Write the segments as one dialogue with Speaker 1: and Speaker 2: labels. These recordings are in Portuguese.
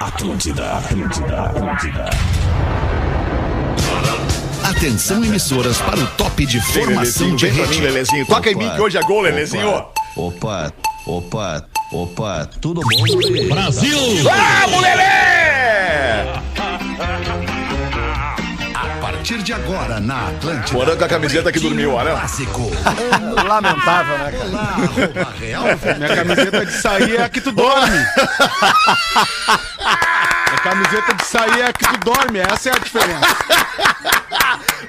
Speaker 1: Atlântida, Atlântida, Atlântida.
Speaker 2: Atenção emissoras para o top de
Speaker 3: Vem,
Speaker 2: formação
Speaker 3: Lelezinho,
Speaker 2: de
Speaker 3: vem pra mim,
Speaker 2: rede.
Speaker 3: Lelezinho. Toca em mim que hoje é gol, Lelezinho.
Speaker 4: Opa, opa, opa, tudo bom?
Speaker 1: Brasil!
Speaker 3: Vamos, Lelê!
Speaker 2: A partir de agora na Atlântida.
Speaker 3: Morando com a camiseta que dormiu, olha.
Speaker 2: Clássico.
Speaker 5: Lamentável, né, cara?
Speaker 2: Olá, arroba Real
Speaker 5: É, Minha camiseta de sair é a que tu dorme. Minha camiseta de sair é a que tu dorme, essa é a diferença.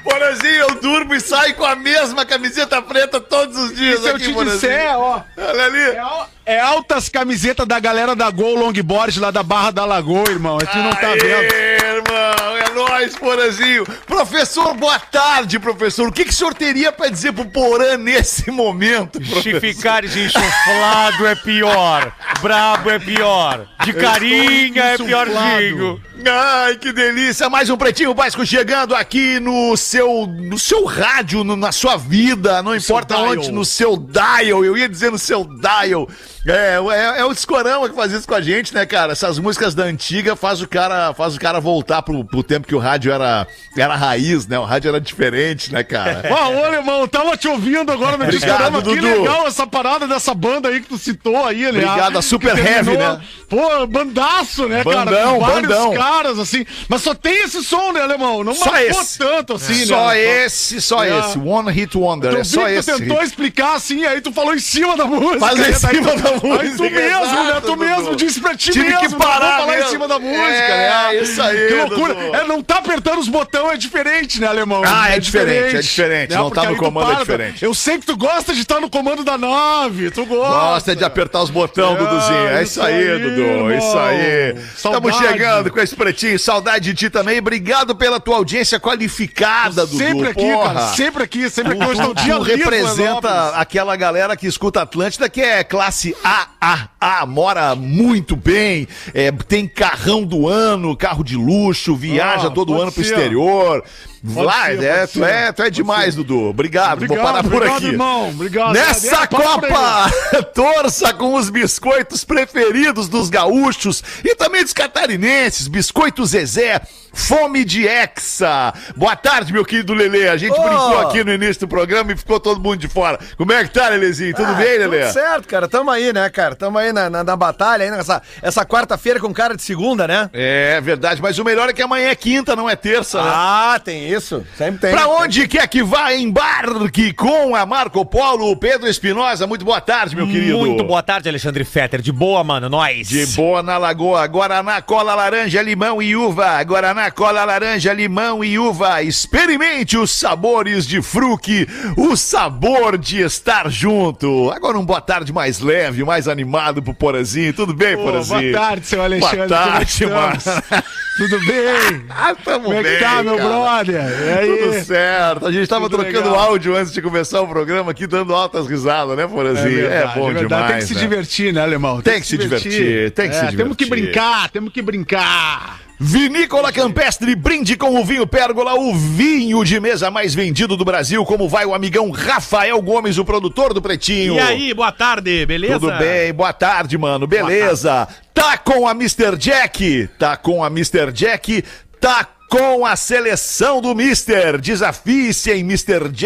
Speaker 3: Borazinho, eu durmo e saio com a mesma camiseta preta todos os dias.
Speaker 5: Se eu
Speaker 3: é aqui,
Speaker 5: te
Speaker 3: Borazinho.
Speaker 5: disser, ó,
Speaker 3: Olha
Speaker 5: é,
Speaker 3: ali.
Speaker 5: al- é altas camisetas da galera da Gol Longboard lá da Barra da Lagoa, irmão. A gente não tá
Speaker 3: Aê,
Speaker 5: vendo.
Speaker 3: irmão, é nóis, Porazinho. Professor, boa tarde, professor. O que, que o senhor teria pra dizer pro Porã nesse momento?
Speaker 6: Se ficares insuflado é pior. Brabo é pior. De carinha é piorzinho.
Speaker 3: Ai, que delícia! Mais um Pretinho Básico chegando aqui no seu, no seu rádio, no- na sua vida, não importa
Speaker 5: dial.
Speaker 3: onde, no seu dial. Eu ia dizer no seu dial. É, é, é o Discorama que faz isso com a gente, né, cara? Essas músicas da antiga faz o cara, faz o cara voltar pro, pro tempo que o rádio era, era raiz, né? O rádio era diferente, né, cara?
Speaker 5: Ó, ô, irmão, tava te ouvindo agora no
Speaker 3: Obrigado,
Speaker 5: Discorama. Que
Speaker 3: Dudu.
Speaker 5: legal essa parada dessa banda aí que tu citou aí, aliás.
Speaker 3: Obrigado, a Super
Speaker 5: Que
Speaker 3: Heavy,
Speaker 5: terminou-
Speaker 3: né?
Speaker 5: Pô, bandaço, né, cara?
Speaker 3: Bandão,
Speaker 5: Com vários
Speaker 3: bandão.
Speaker 5: caras, assim. Mas só tem esse som, né, alemão? Não
Speaker 3: Só esse.
Speaker 5: tanto, assim,
Speaker 3: só
Speaker 5: né?
Speaker 3: esse, só
Speaker 5: É.
Speaker 3: esse. One Hit Wonder,
Speaker 5: Eu
Speaker 3: é
Speaker 5: vi que
Speaker 3: só
Speaker 5: tu
Speaker 3: esse.
Speaker 5: tentou explicar assim, aí tu falou em cima da música.
Speaker 3: Faz em
Speaker 5: né? Daí
Speaker 3: cima
Speaker 5: tu-
Speaker 3: da
Speaker 5: Aí
Speaker 3: música,
Speaker 5: tu mesmo, né?
Speaker 3: exato,
Speaker 5: Tu
Speaker 3: Dudu.
Speaker 5: mesmo disse pra ti
Speaker 3: Tive que
Speaker 5: mesmo. não vou
Speaker 3: parar
Speaker 5: falar
Speaker 3: mesmo.
Speaker 5: em cima da música,
Speaker 3: É,
Speaker 5: né?
Speaker 3: isso aí,
Speaker 5: Que loucura.
Speaker 3: Dudu.
Speaker 5: É, não tá apertando os botões, é diferente, né, alemão? Né?
Speaker 3: Ah, é diferente, é diferente. Não tá
Speaker 5: Porque
Speaker 3: no
Speaker 5: aí tu
Speaker 3: comando, é
Speaker 5: para,
Speaker 3: diferente.
Speaker 5: Eu sei que tu gosta de estar no comando da nave, tu gosta.
Speaker 3: Gosta de apertar os botões,
Speaker 5: É,
Speaker 3: Duduzinho. É isso
Speaker 5: isso
Speaker 3: aí,
Speaker 5: aí,
Speaker 3: Dudu.
Speaker 5: irmão.
Speaker 3: Isso aí.
Speaker 5: Saudade.
Speaker 3: Estamos chegando com esse pretinho. Saudade de ti também. Obrigado pela tua audiência qualificada, Dudu.
Speaker 5: Sempre aqui, cara. Sempre aqui, sempre aqui. Hoje tá um
Speaker 3: Tu
Speaker 5: dia lindo,
Speaker 3: representa
Speaker 5: Florianópolis.
Speaker 3: aquela galera que escuta Atlântida, que é classe AAA, mora muito bem, é, tem carrão do ano, carro de luxo, viaja
Speaker 5: Ah,
Speaker 3: todo
Speaker 5: pode
Speaker 3: ano pro
Speaker 5: ser.
Speaker 3: exterior. Vai,
Speaker 5: ser,
Speaker 3: é,
Speaker 5: pode
Speaker 3: tu, é,
Speaker 5: ser.
Speaker 3: tu é demais, Dudu. Obrigado. Vou parar por
Speaker 5: obrigado,
Speaker 3: aqui.
Speaker 5: irmão. Obrigado.
Speaker 3: Nessa
Speaker 5: É, para por aí.
Speaker 3: Copa, torça com os biscoitos preferidos dos gaúchos e também dos catarinenses, Biscoito Zezé, Fome de Hexa. Boa tarde, meu querido Lele. A gente brincou aqui no início do programa e ficou todo mundo de fora. Como é que tá, Lelezinho? Tudo
Speaker 7: Ah,
Speaker 3: bem, Lele?
Speaker 7: Tudo certo, cara. Tamo aí, né, cara? Tamo aí na, na, na batalha, aí nessa, essa quarta-feira com cara de segunda, né?
Speaker 3: É verdade, mas o melhor é que amanhã é quinta, não é terça, né?
Speaker 7: Ah, tem isso. Sempre
Speaker 8: é
Speaker 7: tem.
Speaker 3: Pra
Speaker 6: um-
Speaker 3: onde quer que vá, embarque com a Marco Polo, Pedro Espinosa. Muito boa tarde, meu querido.
Speaker 6: Muito boa tarde, Alexandre Fetter. De boa, mano. Nós.
Speaker 3: De boa na lagoa, Guaraná, cola laranja, limão e uva. Guaraná, cola laranja, limão e uva. Experimente os sabores de fruque, o sabor de estar junto. Agora um boa tarde mais leve, mais animado pro Porazinho. Tudo bem,
Speaker 5: Pô,
Speaker 3: Porazinho?
Speaker 5: Boa tarde, seu Alexandre.
Speaker 3: Boa
Speaker 5: Como é que
Speaker 3: tarde,
Speaker 5: estamos?
Speaker 3: Márcio.
Speaker 5: Tudo bem?
Speaker 3: Ah, tamo
Speaker 5: Como é que
Speaker 3: bem,
Speaker 5: tá, meu
Speaker 3: cara.
Speaker 5: brother? E aí?
Speaker 3: Tudo certo. A gente tava
Speaker 5: Tudo
Speaker 3: trocando
Speaker 5: legal.
Speaker 3: áudio antes de começar o programa aqui, dando altas risadas, né, Porazinho? É, bom demais.
Speaker 5: Tem que se
Speaker 3: né?
Speaker 5: divertir, né, alemão?
Speaker 3: Tem que se divertir, tem que se
Speaker 5: É, Temos que
Speaker 3: divertir.
Speaker 5: brincar, temos que brincar.
Speaker 3: Vinícola Campestre, brinde com o vinho Pérgola, o vinho de mesa mais vendido do Brasil. Como vai o amigão Rafael Gomes, o produtor do Pretinho?
Speaker 8: E aí, boa tarde, beleza?
Speaker 3: Tudo bem? Boa tarde, mano. Beleza? Tá com a Mr. Jack? Tá com a Mr. Jack? Tá com a seleção do Mister. Desafie-se em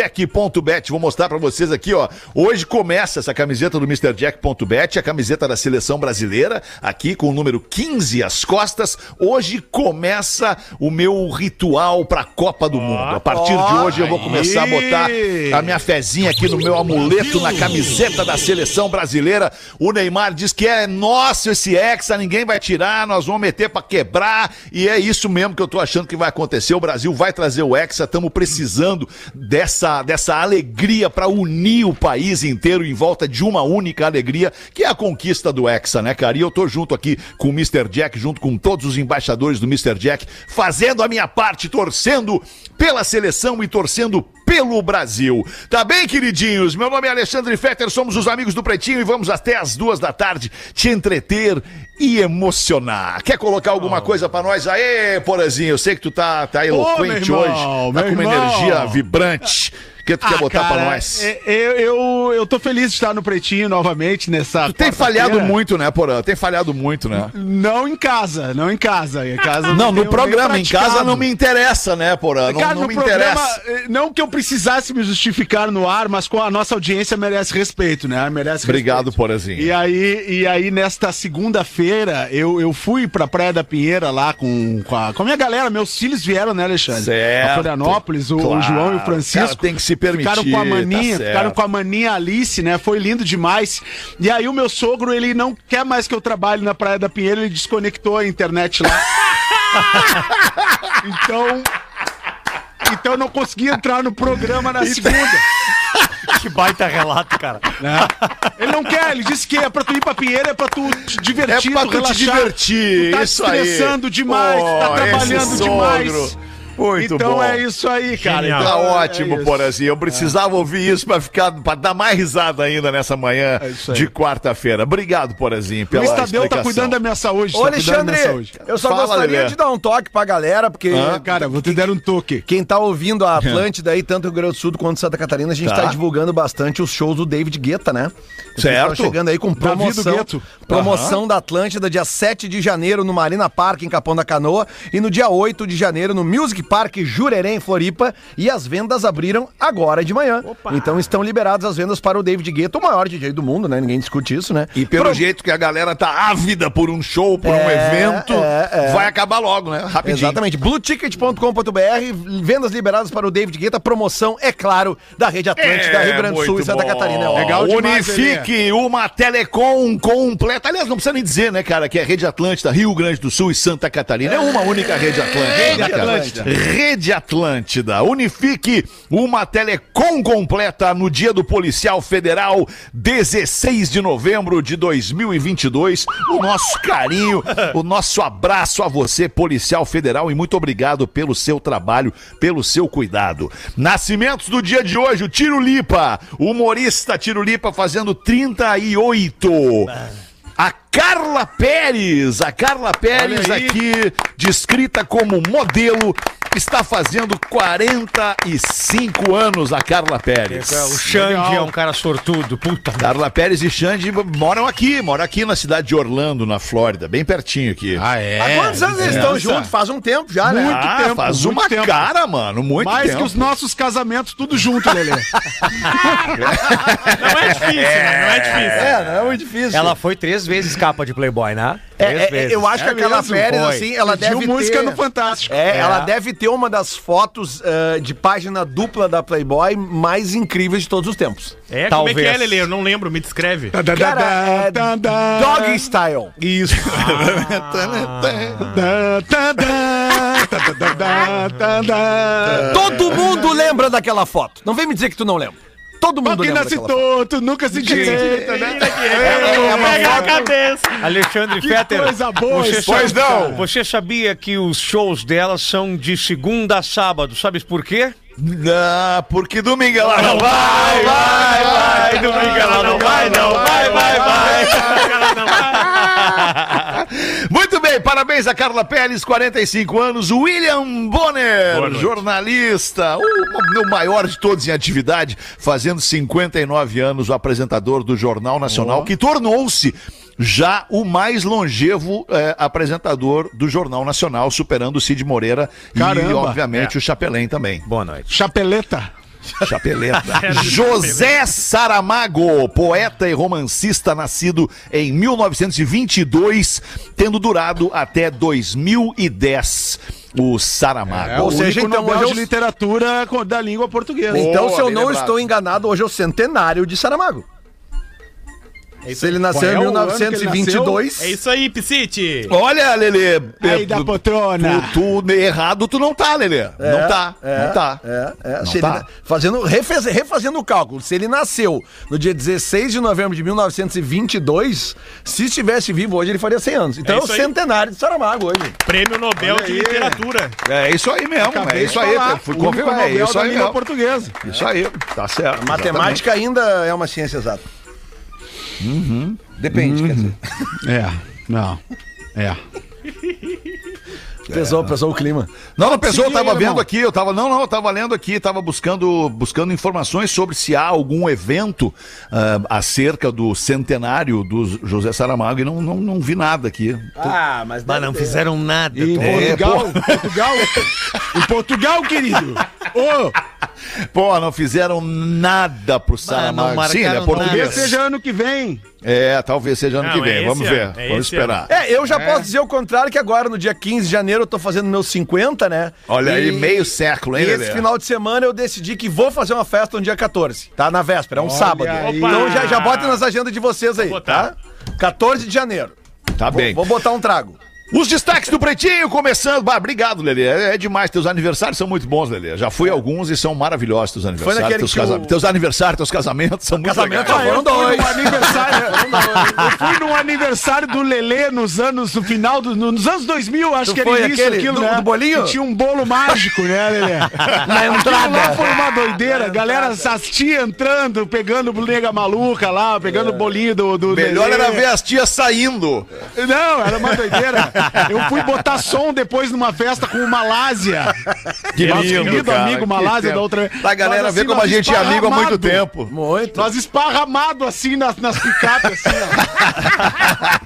Speaker 3: MrJack.bet. Vou mostrar pra vocês aqui, ó. Hoje começa essa camiseta do MrJack.bet, a camiseta da seleção brasileira, aqui com o número 15 às costas. Hoje começa o meu ritual pra Copa do Mundo. A partir de hoje eu vou começar a botar a minha fezinha aqui no meu amuleto, na camiseta da seleção brasileira. O Neymar diz que é nosso esse Hexa, ninguém vai tirar, nós vamos meter pra quebrar. E é isso mesmo que eu tô achando que vai acontecer. O Brasil vai trazer o Hexa, estamos precisando dessa, dessa alegria pra unir o país inteiro em volta de uma única alegria, que é a conquista do Hexa, né, cara? E eu tô junto aqui com o Mr. Jack, junto com todos os embaixadores do Mr. Jack, fazendo a minha parte, torcendo pela seleção e torcendo pelo Brasil. Tá bem, queridinhos? Meu nome é Alexandre Fetter, somos os amigos do Pretinho e vamos até as duas da tarde te entreter e emocionar. Quer colocar alguma
Speaker 5: Ah.
Speaker 3: coisa pra nós? Aê, Porazinho, eu sei que tu tá, tá eloquente
Speaker 5: irmão,
Speaker 3: hoje, tá
Speaker 5: meu
Speaker 3: com uma
Speaker 5: irmão.
Speaker 3: energia vibrante. que tu quer
Speaker 5: Ah,
Speaker 3: botar pra
Speaker 5: cara,
Speaker 3: nós?
Speaker 5: é- Eu, eu, eu tô feliz de estar no Pretinho novamente nessa.
Speaker 3: Tu tem falhado
Speaker 5: quarta-feira.
Speaker 3: muito, né, Porã? Tem falhado muito, né?
Speaker 5: Não em casa, não em casa. Em casa eu
Speaker 3: Não, no
Speaker 5: tenho
Speaker 3: programa,
Speaker 5: nem
Speaker 3: em casa
Speaker 5: praticado.
Speaker 3: não me interessa, né, Porã? Não,
Speaker 5: Cara,
Speaker 3: não
Speaker 5: no
Speaker 3: me
Speaker 5: programa,
Speaker 3: interessa.
Speaker 5: eh, Não que eu precisasse me justificar no ar, mas com a nossa audiência merece respeito, né? Merece
Speaker 3: Obrigado,
Speaker 5: respeito.
Speaker 3: Porazinho.
Speaker 5: E é aí, e aí, nesta segunda-feira, eu, eu fui pra Praia da Pinheira lá com, com, a, com a minha galera. Meus filhos vieram, né, Alexandre?
Speaker 3: Certo.
Speaker 5: A Florianópolis, o, o
Speaker 3: Claro.
Speaker 5: João e o Francisco.
Speaker 3: Cara, tem que se permitir,
Speaker 5: Ficaram com a maninha,
Speaker 3: tá
Speaker 5: ficaram
Speaker 3: certo.
Speaker 5: com a maninha Alice, né? Foi lindo demais. E aí, o meu sogro, ele não quer mais que eu trabalhe na Praia da Pinheira, ele desconectou a internet lá. então. Então eu não consegui entrar no programa na segunda.
Speaker 6: Que baita relato, cara.
Speaker 5: Ele não quer, ele disse que é pra tu ir pra Pinheira, é pra tu te
Speaker 3: É
Speaker 5: divertir,
Speaker 3: pra
Speaker 5: tu
Speaker 3: tu te
Speaker 5: relaxar.
Speaker 3: divertir,
Speaker 5: tu tá
Speaker 3: isso aí.
Speaker 5: estressando demais, tu
Speaker 3: Oh,
Speaker 5: tá
Speaker 3: esse
Speaker 5: trabalhando
Speaker 3: sogro.
Speaker 5: demais.
Speaker 3: Muito
Speaker 5: então
Speaker 3: bom.
Speaker 5: é isso aí, cara.
Speaker 6: Genial.
Speaker 3: Tá
Speaker 5: Então, é
Speaker 3: ótimo,
Speaker 5: isso.
Speaker 3: Porazinho. Eu precisava ouvir isso pra ficar, para dar mais risada ainda nessa manhã
Speaker 5: É isso aí.
Speaker 3: de quarta-feira. Obrigado, Porazinho, pela
Speaker 5: Luiz Tadeu tá
Speaker 3: explicação.
Speaker 5: cuidando da minha saúde.
Speaker 7: Ô,
Speaker 5: tá cuidando da minha
Speaker 7: Alexandre,
Speaker 5: saúde.
Speaker 7: eu só
Speaker 3: Fala,
Speaker 7: gostaria
Speaker 3: Lelê.
Speaker 7: de dar um toque pra galera, porque
Speaker 5: Ah, cara, vou te dar um toque.
Speaker 7: quem tá ouvindo a Atlântida aí, tanto o Rio Grande do Sul quanto Santa Catarina, a gente tá,
Speaker 3: Tá.
Speaker 7: divulgando bastante os shows do David Guetta, né? Vocês
Speaker 3: Certo.
Speaker 7: estão chegando aí com
Speaker 5: Davi do
Speaker 7: promoção,
Speaker 5: Gueto.
Speaker 7: promoção da Atlântida, dia 7 de janeiro no Marina Park, em Capão da Canoa, e no dia 8 de janeiro no Music Park Jurerê, em Floripa, e as vendas abriram agora de manhã. Então estão liberadas as vendas para o David Guetta, o maior DJ do mundo, né? Ninguém discute isso, né?
Speaker 3: E pelo jeito que a galera tá ávida por um show, por um
Speaker 7: É,
Speaker 3: evento,
Speaker 7: é, é.
Speaker 3: vai acabar logo, né? Rapidinho.
Speaker 7: Exatamente. Blueticket.com.br, vendas liberadas para o David Guetta, promoção, é claro, da Rede Atlântica, Rio Grande do Sul e
Speaker 3: É, muito
Speaker 7: Santa
Speaker 3: bom.
Speaker 7: Catarina. É
Speaker 5: Legal demais,
Speaker 3: é Unifique uma telecom completa. Aliás, não precisa nem dizer, né, cara, que é Rede Atlântida, Rio Grande do Sul e Santa Catarina. É uma única Rede Atlântida. Rede
Speaker 7: Atlântida.
Speaker 3: Rede Atlântida. Unifique uma telecom completa no Dia do Policial Federal, 16 de novembro de 2022. O nosso carinho, o nosso abraço a você, policial federal, e muito obrigado pelo seu trabalho, pelo seu cuidado. Nascimentos do dia de hoje, o Tiro Lipa, humorista Tiro Lipa fazendo 38. A Carla Pérez, a Carla Pérez
Speaker 5: Olha aí.
Speaker 3: aqui, descrita como modelo, está fazendo 45 anos a Carla Pérez.
Speaker 6: O Xande é um cara sortudo, puta.
Speaker 3: Carla Pérez e Xande moram aqui, moram aqui na cidade de Orlando, na Flórida, bem pertinho aqui.
Speaker 6: Ah, é?
Speaker 7: Há quantos anos eles estão juntos? Faz um tempo já, né?
Speaker 5: Muito
Speaker 3: Ah,
Speaker 5: tempo,
Speaker 3: faz
Speaker 5: muito
Speaker 3: uma
Speaker 5: tempo.
Speaker 3: cara, mano, muito
Speaker 5: Mais
Speaker 3: tempo.
Speaker 5: que os nossos casamentos, tudo junto, Lelê.
Speaker 6: Não é difícil, né? Não é difícil.
Speaker 7: É, não é muito difícil.
Speaker 6: Ela foi três vezes capa de Playboy, né?
Speaker 7: É,
Speaker 6: Três
Speaker 7: é, é,
Speaker 6: vezes.
Speaker 7: eu acho
Speaker 5: É
Speaker 7: que a Carla
Speaker 5: mesmo,
Speaker 7: Pérez,
Speaker 6: foi.
Speaker 7: assim, ela
Speaker 5: Pediu
Speaker 7: deve
Speaker 5: música
Speaker 7: ter...
Speaker 5: no Fantástico.
Speaker 7: É, ela deve ter uma das fotos ah, de página dupla da Playboy mais incríveis de todos os tempos.
Speaker 8: É,
Speaker 6: Talvez.
Speaker 8: como é que é, Lele? Eu não lembro, me descreve.
Speaker 5: Da, da,
Speaker 7: Cara, é
Speaker 5: da, da, da.
Speaker 7: Dog Style.
Speaker 5: Isso.
Speaker 3: Ah.
Speaker 5: Da, da, da, da, da, da, da, da.
Speaker 7: Todo mundo lembra daquela foto. Não vem me dizer que tu não lembra. Todo mundo
Speaker 5: Quem
Speaker 7: lembra
Speaker 5: nasce
Speaker 7: daquela foto.
Speaker 5: torto, nunca se direita, né?
Speaker 7: é uma
Speaker 8: Pega a
Speaker 7: foto-
Speaker 8: cabeça.
Speaker 6: Alexandre
Speaker 5: Que
Speaker 6: Fetter.
Speaker 5: coisa boa
Speaker 6: você
Speaker 5: isso,
Speaker 6: sabe-
Speaker 5: pois não.
Speaker 6: Você sabia que os shows dela são de segunda a sábado? Sabes por quê?
Speaker 3: Não, Ah, porque domingo ela não vai, vai, vai, domingo ela não vai, não vai, vai, vai. Muito bem, parabéns a Carla Pérez, 45 anos. William Bonner, jornalista, o, o maior de todos em atividade, fazendo 59 anos, o apresentador do Jornal Nacional, que tornou-se já o mais longevo eh, apresentador do Jornal Nacional, superando o Cid Moreira e,
Speaker 5: Caramba.
Speaker 3: obviamente, o Chapelém também.
Speaker 6: Boa noite.
Speaker 5: Chapeleta.
Speaker 3: Chapeleta. José Saramago, poeta e romancista nascido em 1922, tendo durado até 2010. O Saramago.
Speaker 5: Ou seja,
Speaker 7: único
Speaker 5: então,
Speaker 7: Nobel
Speaker 3: é
Speaker 5: hoje
Speaker 7: de
Speaker 5: de literatura da língua portuguesa.
Speaker 7: Então,
Speaker 3: Boa,
Speaker 7: se eu
Speaker 3: bem
Speaker 7: não
Speaker 3: lembrado.
Speaker 7: estou enganado, hoje é o centenário de Saramago. Se ele
Speaker 5: Qual
Speaker 7: nasceu
Speaker 5: é
Speaker 7: em
Speaker 5: o ano que ele
Speaker 7: 1922.
Speaker 8: É isso aí, Piscite.
Speaker 3: Olha, Lelê.
Speaker 5: é Aí
Speaker 3: eh,
Speaker 5: da
Speaker 3: tu-
Speaker 5: potrona.
Speaker 3: tu, tu- errado tu não tá, Lelê. não tá,
Speaker 7: é,
Speaker 3: não tá.
Speaker 7: É, é.
Speaker 3: Não
Speaker 7: Se ele
Speaker 3: tá.
Speaker 7: na- fazendo, refaz- refazendo o cálculo, se ele nasceu no dia 16 de novembro de 1922, se estivesse vivo hoje, ele faria 100 anos. Então
Speaker 8: É
Speaker 7: é, o
Speaker 8: isso aí.
Speaker 7: centenário de Saramago hoje.
Speaker 8: Prêmio Nobel de Literatura.
Speaker 3: É isso aí mesmo, é isso aí.
Speaker 5: Falar,
Speaker 3: Fui
Speaker 5: o único
Speaker 3: confirmar, é
Speaker 5: Nobel
Speaker 3: isso
Speaker 5: da
Speaker 3: aí
Speaker 5: língua
Speaker 3: mesmo.
Speaker 5: portuguesa.
Speaker 3: Isso aí, tá certo.
Speaker 7: Matemática ainda é uma ciência exata. Depende, quer dizer.
Speaker 5: É, não. É.
Speaker 7: Pesou, pesou o clima.
Speaker 3: Não, não pesou, eu
Speaker 5: Seguir
Speaker 3: tava
Speaker 5: aí,
Speaker 3: vendo
Speaker 5: irmão.
Speaker 3: aqui, eu tava, não, não, eu tava lendo aqui, tava buscando, buscando informações sobre se há algum evento ah, acerca do centenário do José Saramago e não, não, não vi nada aqui.
Speaker 9: Ah, mas
Speaker 6: Mas não fizeram nada.
Speaker 5: Em
Speaker 6: tu-
Speaker 7: É,
Speaker 5: Portugal, em Portugal, em Portugal, querido. Ô,
Speaker 3: Pô, não fizeram nada pro Saramago.
Speaker 6: não
Speaker 3: Sim, ele é
Speaker 6: marcaram
Speaker 5: talvez
Speaker 3: português.
Speaker 5: seja ano que vem.
Speaker 3: É, talvez seja ano
Speaker 8: Não,
Speaker 3: que
Speaker 8: é
Speaker 3: vem,
Speaker 8: esse
Speaker 3: vamos ver,
Speaker 8: ano, é
Speaker 3: vamos
Speaker 8: esse
Speaker 3: esperar.
Speaker 7: É, eu já posso dizer o contrário, que agora no dia 15 de janeiro eu tô fazendo meus 50, né?
Speaker 3: Olha aí,
Speaker 7: E-
Speaker 3: meio século,
Speaker 7: E
Speaker 3: hein,
Speaker 7: esse
Speaker 3: Lelê?
Speaker 7: final de semana eu decidi que vou fazer uma festa no dia 14, tá? Na véspera, é um sábado.
Speaker 5: aí.
Speaker 7: Então já, já bota nas agendas de vocês aí,
Speaker 8: botar.
Speaker 7: tá? 14 de janeiro.
Speaker 3: Tá
Speaker 7: Vou-
Speaker 3: bem.
Speaker 7: Vou, botar um trago.
Speaker 3: Os destaques do Pretinho começando. Bah, obrigado, Lelê. É é demais. Teus aniversários são muito bons, Lelê. Já fui a alguns e são maravilhosos teus aniversários.
Speaker 7: naquele
Speaker 3: teus,
Speaker 7: que
Speaker 3: casa-
Speaker 7: o-
Speaker 3: teus aniversários, teus casamentos são muito
Speaker 7: Casamento,
Speaker 3: legais.
Speaker 7: ó, Então, foram dois.
Speaker 5: No aniversário, eu fui num aniversário do Lelê nos anos, no final, do, nos anos 2000, acho
Speaker 7: Tu
Speaker 5: que era
Speaker 7: foi
Speaker 5: início
Speaker 7: aquele
Speaker 5: aquilo,
Speaker 7: do-
Speaker 5: né?
Speaker 7: do bolinho?
Speaker 5: Que tinha um bolo mágico, né, Lelê?
Speaker 7: Na
Speaker 5: Aquilo lá foi
Speaker 7: entrada.
Speaker 5: uma doideira, galera, as tias entrando, pegando nega maluca lá, pegando
Speaker 7: É.
Speaker 5: o bolinho do, do
Speaker 3: Melhor
Speaker 5: Lelê.
Speaker 3: era ver as tias saindo.
Speaker 5: Não, era uma doideira. Eu fui botar som depois numa festa com o Malásia.
Speaker 3: Que
Speaker 5: Nosso querido amigo Malásia da outra-
Speaker 3: A galera
Speaker 5: Mas,
Speaker 3: vê
Speaker 5: assim,
Speaker 3: como a
Speaker 5: nós
Speaker 3: gente é amigo há muito
Speaker 5: esparramado.
Speaker 3: tempo.
Speaker 7: Muito.
Speaker 5: Nós esparramado assim nas, nas picapes, assim, ó.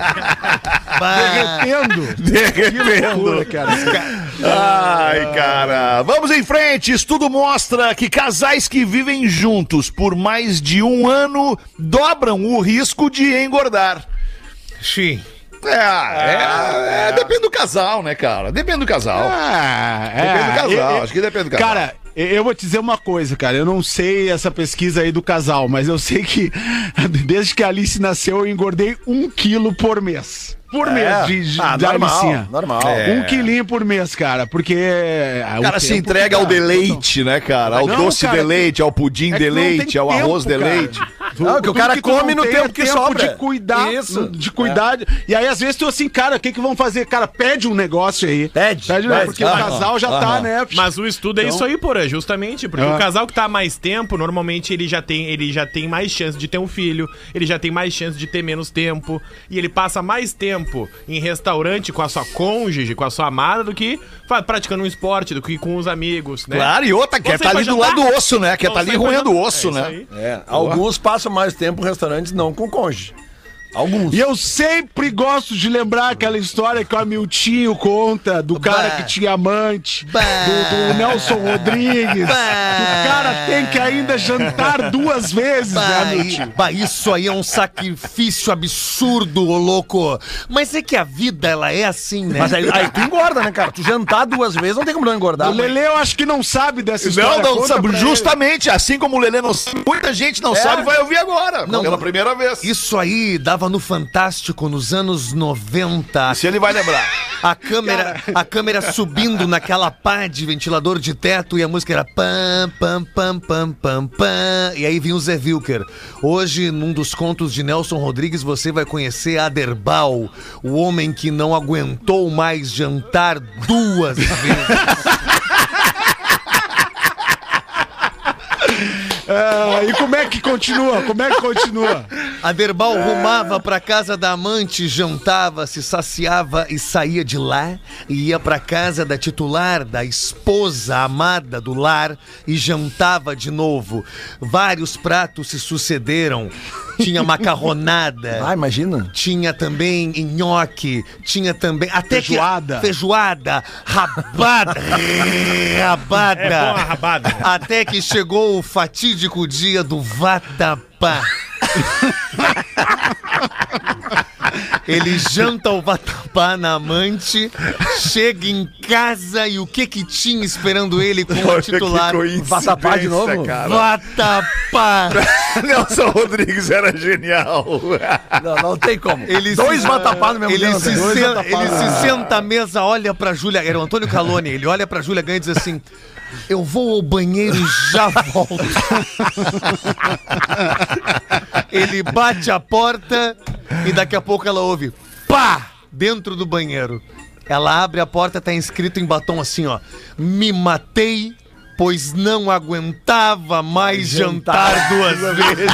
Speaker 5: Derretendo.
Speaker 3: Derretendo. Ai, cara. Vamos em frente. Estudo mostra que casais que vivem juntos por mais de um ano dobram o risco de engordar.
Speaker 6: Sim.
Speaker 3: É, é, é, depende do casal, né, cara? Depende do casal.
Speaker 5: Ah, é.
Speaker 3: Depende do casal,
Speaker 5: Eu- eu-
Speaker 3: acho que depende do casal.
Speaker 5: Cara, eu eu vou te dizer uma coisa, cara. Eu não sei essa pesquisa aí do casal, mas eu sei que desde que a Alice nasceu, eu engordei um quilo por mês. Por mês de, de,
Speaker 7: Ah,
Speaker 5: da
Speaker 7: normal,
Speaker 5: Alicinha.
Speaker 7: normal.
Speaker 3: É.
Speaker 5: Um quilinho por mês, cara, porque. ah,
Speaker 3: O cara se entrega ao deleite, né, cara? Ao
Speaker 5: Não,
Speaker 3: doce
Speaker 5: cara,
Speaker 3: deleite, ao pudim
Speaker 5: é que não
Speaker 3: deleite,
Speaker 5: tem
Speaker 3: ao
Speaker 5: tempo,
Speaker 3: arroz
Speaker 5: cara.
Speaker 3: deleite.
Speaker 7: Ah, o que o cara
Speaker 5: tu não
Speaker 7: come no
Speaker 5: tem é
Speaker 7: tempo que sobra.
Speaker 5: de cuidar,
Speaker 7: Isso. É.
Speaker 5: de cuidar. E aí às vezes tu assim, cara, o que que vão fazer? Cara, pede um negócio aí.
Speaker 7: Pede,
Speaker 5: Pede, né,
Speaker 7: pede.
Speaker 5: porque o
Speaker 7: Aham,
Speaker 5: casal já tá,
Speaker 7: aham.
Speaker 5: né?
Speaker 8: Mas o estudo
Speaker 3: Então-
Speaker 8: é isso aí, porra, justamente. Porque
Speaker 3: É.
Speaker 5: Ah.
Speaker 8: o casal que tá há mais tempo, normalmente ele já, tem, ele já tem mais chance de ter um filho, ele já tem mais chance de ter menos tempo. E ele passa mais tempo em restaurante com a sua cônjuge, com a sua amada, do que fa- praticando um esporte, do que com os amigos, né?
Speaker 3: Claro, e outra, quer
Speaker 8: Você
Speaker 3: tá
Speaker 8: vai
Speaker 3: ali do
Speaker 8: jantar?
Speaker 3: lado do osso, né? Quer
Speaker 8: Não,
Speaker 3: tá ali
Speaker 8: você vai
Speaker 3: roendo o
Speaker 8: jantar.
Speaker 3: osso,
Speaker 8: É isso
Speaker 3: né?
Speaker 8: aí.
Speaker 7: É, alguns passam mais tempo em restaurantes não com cônjuge. Alguns.
Speaker 5: E eu sempre gosto de lembrar aquela história que o Amiltinho conta do cara que tinha amante, do, do Nelson Rodrigues, que o cara tem que ainda jantar duas vezes, né,
Speaker 6: Bah,
Speaker 5: Amiltinho?
Speaker 6: bah, isso aí é um sacrifício absurdo, ô louco. Mas é que a vida, ela é assim, né?
Speaker 7: Mas aí, aí tu engorda, né, cara? Tu jantar duas vezes não tem como não engordar.
Speaker 5: O Lele eu acho que não sabe dessa
Speaker 3: Não,
Speaker 5: história.
Speaker 3: não
Speaker 5: conta
Speaker 3: sabe.
Speaker 5: pra
Speaker 3: Justamente, assim como o Lelê não sabe, muita gente não sabe, vai ouvir agora.
Speaker 6: Não,
Speaker 3: pela
Speaker 6: não.
Speaker 3: primeira vez.
Speaker 6: Isso aí dava no Fantástico nos anos 90.
Speaker 3: Se ele vai lembrar.
Speaker 6: A câmera, a câmera subindo naquela pá de ventilador de teto e a música era pam, pam, pam, pam, pam, pam. E aí vinha o Zé Wilker. Hoje, num dos contos de Nelson Rodrigues, você vai conhecer Aderbal, o homem que não aguentou mais jantar duas vezes.
Speaker 5: Ah, e como é que continua? Como é que continua?
Speaker 6: Aderbal rumava pra casa da amante, jantava, se saciava e saía de lá e ia pra casa da titular, da esposa amada do lar e jantava de novo. Vários pratos se sucederam. Tinha macarronada.
Speaker 7: Ah, imagina.
Speaker 6: Tinha também nhoque, tinha também. Até que-
Speaker 5: Feijoada.
Speaker 6: feijoada, rabada. rabada.
Speaker 8: É bom a rabada.
Speaker 6: Até que chegou o fatídico dia do vatapá. Ele janta o vatapá na amante, chega em casa e o que que tinha esperando ele como titular?
Speaker 7: Vatapá de novo?
Speaker 6: Vatapá!
Speaker 3: Nelson Rodrigues era genial.
Speaker 7: Não, não tem como.
Speaker 6: Ele
Speaker 7: Dois
Speaker 6: se-
Speaker 7: vatapá no mesmo
Speaker 6: ele
Speaker 7: dia, não
Speaker 6: se,
Speaker 7: tem? Dois
Speaker 6: sen-
Speaker 7: vatapá.
Speaker 6: ele se senta à mesa, olha pra Júlia. Era o Antônio Calone. Ele olha pra Júlia Ganha e diz assim: Eu vou ao banheiro e já volto. ele bate a porta e daqui a pouco ela ouve: Pá! Dentro do banheiro. Ela abre a porta, tá escrito em batom assim: Ó, me matei. Pois não aguentava mais jantar duas vezes.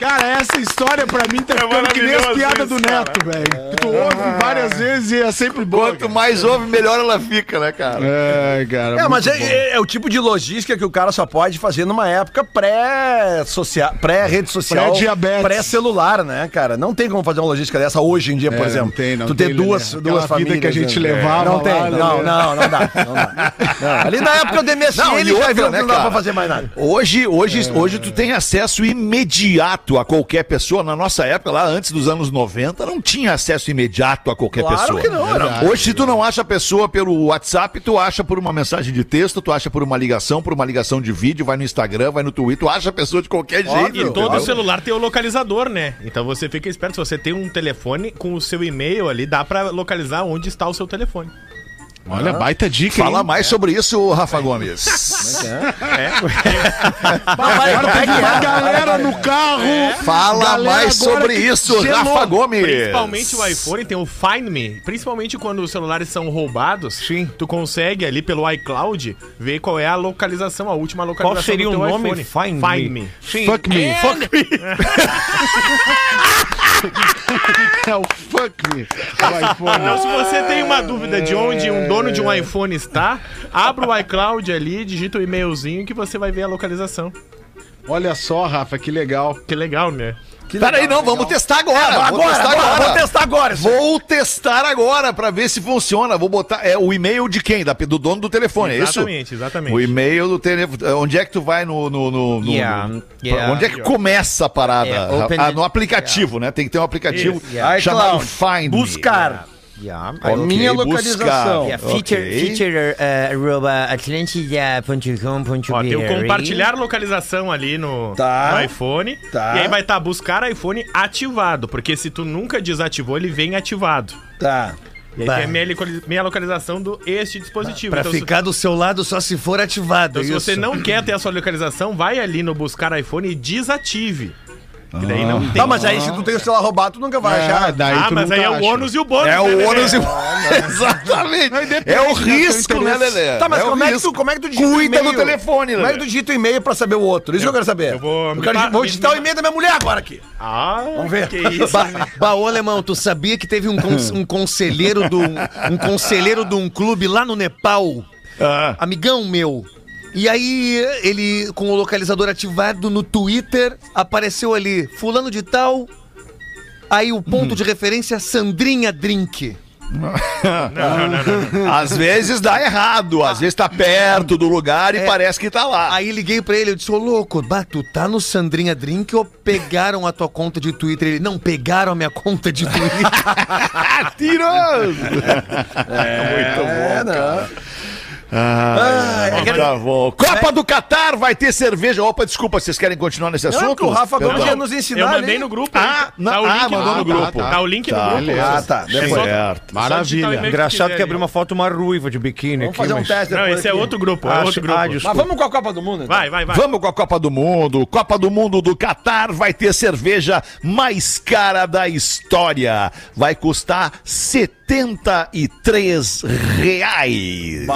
Speaker 5: Cara, essa história pra mim tá ficando que nem as
Speaker 3: É maravilhoso
Speaker 5: piadas
Speaker 3: isso,
Speaker 5: do Neto, velho. Tu ouve várias vezes e é sempre boa.
Speaker 3: Quanto mais ouve, melhor ela fica, né, cara?
Speaker 5: cara. É, cara.
Speaker 7: É,
Speaker 5: muito
Speaker 7: mas
Speaker 5: bom.
Speaker 7: é, é o tipo de logística que o cara só pode fazer numa época pré-social, pré-rede social,
Speaker 5: Pré-diabetes.
Speaker 7: pré-celular, né, cara? Não tem como fazer uma logística dessa hoje em dia, por
Speaker 5: É, não
Speaker 7: exemplo.
Speaker 5: tem, não
Speaker 7: tu
Speaker 5: tem,
Speaker 7: ter
Speaker 5: Lelê.
Speaker 7: duas,
Speaker 5: Aquela
Speaker 7: duas
Speaker 5: vida
Speaker 7: famílias.
Speaker 5: que a gente
Speaker 7: né?
Speaker 5: levava
Speaker 7: Não
Speaker 5: lá,
Speaker 7: tem,
Speaker 5: Lelê.
Speaker 7: não, não, não dá. Não dá. Não. Ali na época do MSN
Speaker 3: Não, e
Speaker 7: ele já
Speaker 3: outra,
Speaker 7: viu que
Speaker 3: né,
Speaker 7: não dá pra
Speaker 3: cara?
Speaker 7: fazer mais nada.
Speaker 3: Hoje, hoje, hoje tu tem acesso imediato a qualquer pessoa. Na nossa época, lá antes dos anos 90, não tinha acesso imediato a qualquer
Speaker 7: Claro
Speaker 3: pessoa.
Speaker 7: que não, era-
Speaker 3: Verdade, hoje, se tu não acha a pessoa pelo WhatsApp, tu acha por uma mensagem de texto, tu acha por uma ligação, por uma ligação de vídeo, vai no Instagram, vai no Twitter, tu acha a pessoa de qualquer jeito.
Speaker 8: E todo
Speaker 3: entendeu?
Speaker 8: celular tem o localizador, né? Então você fica esperto. Se você tem um telefone com o seu e-mail ali, dá pra localizar onde está o seu telefone.
Speaker 5: Olha, baita dica,
Speaker 3: Fala
Speaker 5: hein?
Speaker 3: mais sobre isso, Rafa Gomes.
Speaker 8: É.
Speaker 7: é
Speaker 5: Agora tem uma galera no carro.
Speaker 3: Fala
Speaker 5: Galera,
Speaker 3: mais
Speaker 5: agora
Speaker 3: sobre
Speaker 5: que
Speaker 3: isso,
Speaker 5: gelou.
Speaker 3: Rafa Gomes.
Speaker 8: Principalmente o iPhone tem o Find Me. Principalmente quando os celulares são roubados, Sim. tu consegue ali pelo iCloud ver qual é a localização, a última localização
Speaker 9: Qual seria
Speaker 8: do
Speaker 9: o
Speaker 8: teu
Speaker 9: nome?
Speaker 8: iPhone.
Speaker 9: Find,
Speaker 8: Find
Speaker 9: me.
Speaker 8: Me.
Speaker 9: Sim.
Speaker 5: Fuck me, fuck me. é o fuck me. O
Speaker 8: Então,
Speaker 5: iPhone.
Speaker 8: se você tem uma dúvida de onde um dono de um
Speaker 9: É.
Speaker 8: iPhone está, abra o iCloud ali, digita o e-mailzinho que você vai ver a localização.
Speaker 5: Olha só, Rafa, que legal.
Speaker 8: Que legal, né?
Speaker 3: Peraí, não, vamos testar agora. vou testar agora. Vou testar agora. Vou testar agora pra ver se funciona. Vou botar. É o e-mail de quem? Da, do dono do telefone, é isso?
Speaker 8: Exatamente, exatamente.
Speaker 3: O e-mail do telefone. Onde é que tu vai no. no, no- no-
Speaker 9: Yeah,
Speaker 3: no-
Speaker 9: yeah.
Speaker 3: Onde é que começa a parada?
Speaker 9: Yeah, open
Speaker 3: Ah,
Speaker 9: it-
Speaker 3: no aplicativo, né? Tem que ter um aplicativo
Speaker 9: Isso, yeah.
Speaker 3: chamado
Speaker 7: iCloud.
Speaker 3: Find. Me.
Speaker 7: Buscar.
Speaker 9: Yeah, I
Speaker 3: Ok,
Speaker 9: will-
Speaker 7: Minha
Speaker 3: buscar.
Speaker 7: localização.
Speaker 9: yeah, feature,
Speaker 3: Ok. Ah,
Speaker 9: feature uh, arroba atlantida.com.br.
Speaker 8: Ó, tem um o compartilhar localização ali no,
Speaker 7: Tá.
Speaker 8: no iPhone.
Speaker 7: Tá.
Speaker 8: E aí vai estar buscar iPhone ativado, porque se tu nunca desativou, ele vem ativado.
Speaker 7: Tá.
Speaker 8: E aí
Speaker 6: Bah.
Speaker 8: tem a minha, locali- minha localização do este dispositivo.
Speaker 6: Pra
Speaker 8: então, se-
Speaker 6: ficar do seu lado só se for ativado.
Speaker 8: então, se,
Speaker 6: isso.
Speaker 8: você não quer ter a sua localização, vai ali no buscar iPhone e desative. E daí não tem.
Speaker 7: Tá, mas aí se tu tem o celular roubado, tu nunca vai
Speaker 5: Ah,
Speaker 7: achar.
Speaker 5: daí
Speaker 8: ah,
Speaker 5: tu
Speaker 8: mas
Speaker 5: nunca
Speaker 8: aí é o
Speaker 5: acha.
Speaker 8: ônus e o bônus.
Speaker 3: É
Speaker 8: né, Lelê?
Speaker 3: o ônus e Exatamente. É o risco, né, Lelê?
Speaker 7: Tá, mas
Speaker 3: o
Speaker 7: como, é que tu,
Speaker 3: risco.
Speaker 7: como é que tu digita
Speaker 3: Cuida
Speaker 7: o e-mail?
Speaker 3: do telefone,
Speaker 7: Como é que
Speaker 3: Lelê.
Speaker 7: tu digita o e-mail pra saber o outro? Isso que eu quero saber.
Speaker 8: eu vou-
Speaker 7: Eu quero-
Speaker 8: me-
Speaker 7: vou
Speaker 8: me-
Speaker 7: digitar
Speaker 8: me-
Speaker 7: o e-mail da minha mulher agora aqui.
Speaker 8: Ah,
Speaker 7: Vamos ver.
Speaker 8: Que
Speaker 6: Então,
Speaker 8: isso.
Speaker 6: Ba- Bah, ô, alemão, tu sabia que teve um, cons- um conselheiro do um conselheiro de um clube lá no Nepal?
Speaker 8: Ah.
Speaker 6: Amigão meu. E aí, ele, com o localizador ativado no Twitter, apareceu ali, fulano de tal. Aí o ponto
Speaker 8: Uhum.
Speaker 6: de referência, é Sandrinha Drink.
Speaker 3: Às vezes dá errado, às vezes tá perto do lugar e parece que tá lá.
Speaker 6: Aí liguei pra ele, eu disse, ô louco, bah, tu tá no Sandrinha Drink ou pegaram a tua conta de Twitter? Ele, não, pegaram a minha conta de Twitter.
Speaker 3: Mentiroso! É, muito bom.
Speaker 7: É, não.
Speaker 3: Ah, tá bom. Copa do Catar vai ter cerveja. Opa, desculpa, vocês querem continuar nesse assunto? Então,
Speaker 7: Não, que o Rafa
Speaker 8: é
Speaker 3: Perdão.
Speaker 7: Gomes ia nos ensinar.
Speaker 8: Então, eu mandei
Speaker 7: ali.
Speaker 8: no grupo.
Speaker 3: Ah,
Speaker 8: hein?
Speaker 3: não,
Speaker 8: tá o
Speaker 3: ah,
Speaker 8: link
Speaker 3: mandou
Speaker 8: no
Speaker 3: no grupo.
Speaker 8: grupo. Tá o link no
Speaker 3: Tá,
Speaker 8: grupo.
Speaker 3: beleza.
Speaker 7: Ah, tá.
Speaker 8: É
Speaker 7: Depois.
Speaker 8: só-
Speaker 3: Certo.
Speaker 8: digitar o
Speaker 5: Maravilha.
Speaker 8: e-mail que
Speaker 9: Engraçado
Speaker 8: quiser,
Speaker 9: que abriu
Speaker 8: né?
Speaker 9: uma foto uma ruiva de biquíni
Speaker 7: Vamos
Speaker 9: aqui,
Speaker 7: fazer um
Speaker 9: mas-
Speaker 7: teste
Speaker 8: Não,
Speaker 7: depois
Speaker 8: esse é
Speaker 7: aqui.
Speaker 8: outro grupo. É
Speaker 9: Ah,
Speaker 8: outro grupo.
Speaker 9: ah, desculpa.
Speaker 7: Mas vamos com a Copa do Mundo, então.
Speaker 8: Vai, vai, vai.
Speaker 3: Vamos com a Copa do Mundo. Copa do Mundo do Catar vai ter cerveja mais cara da história. Vai custar 73 reais.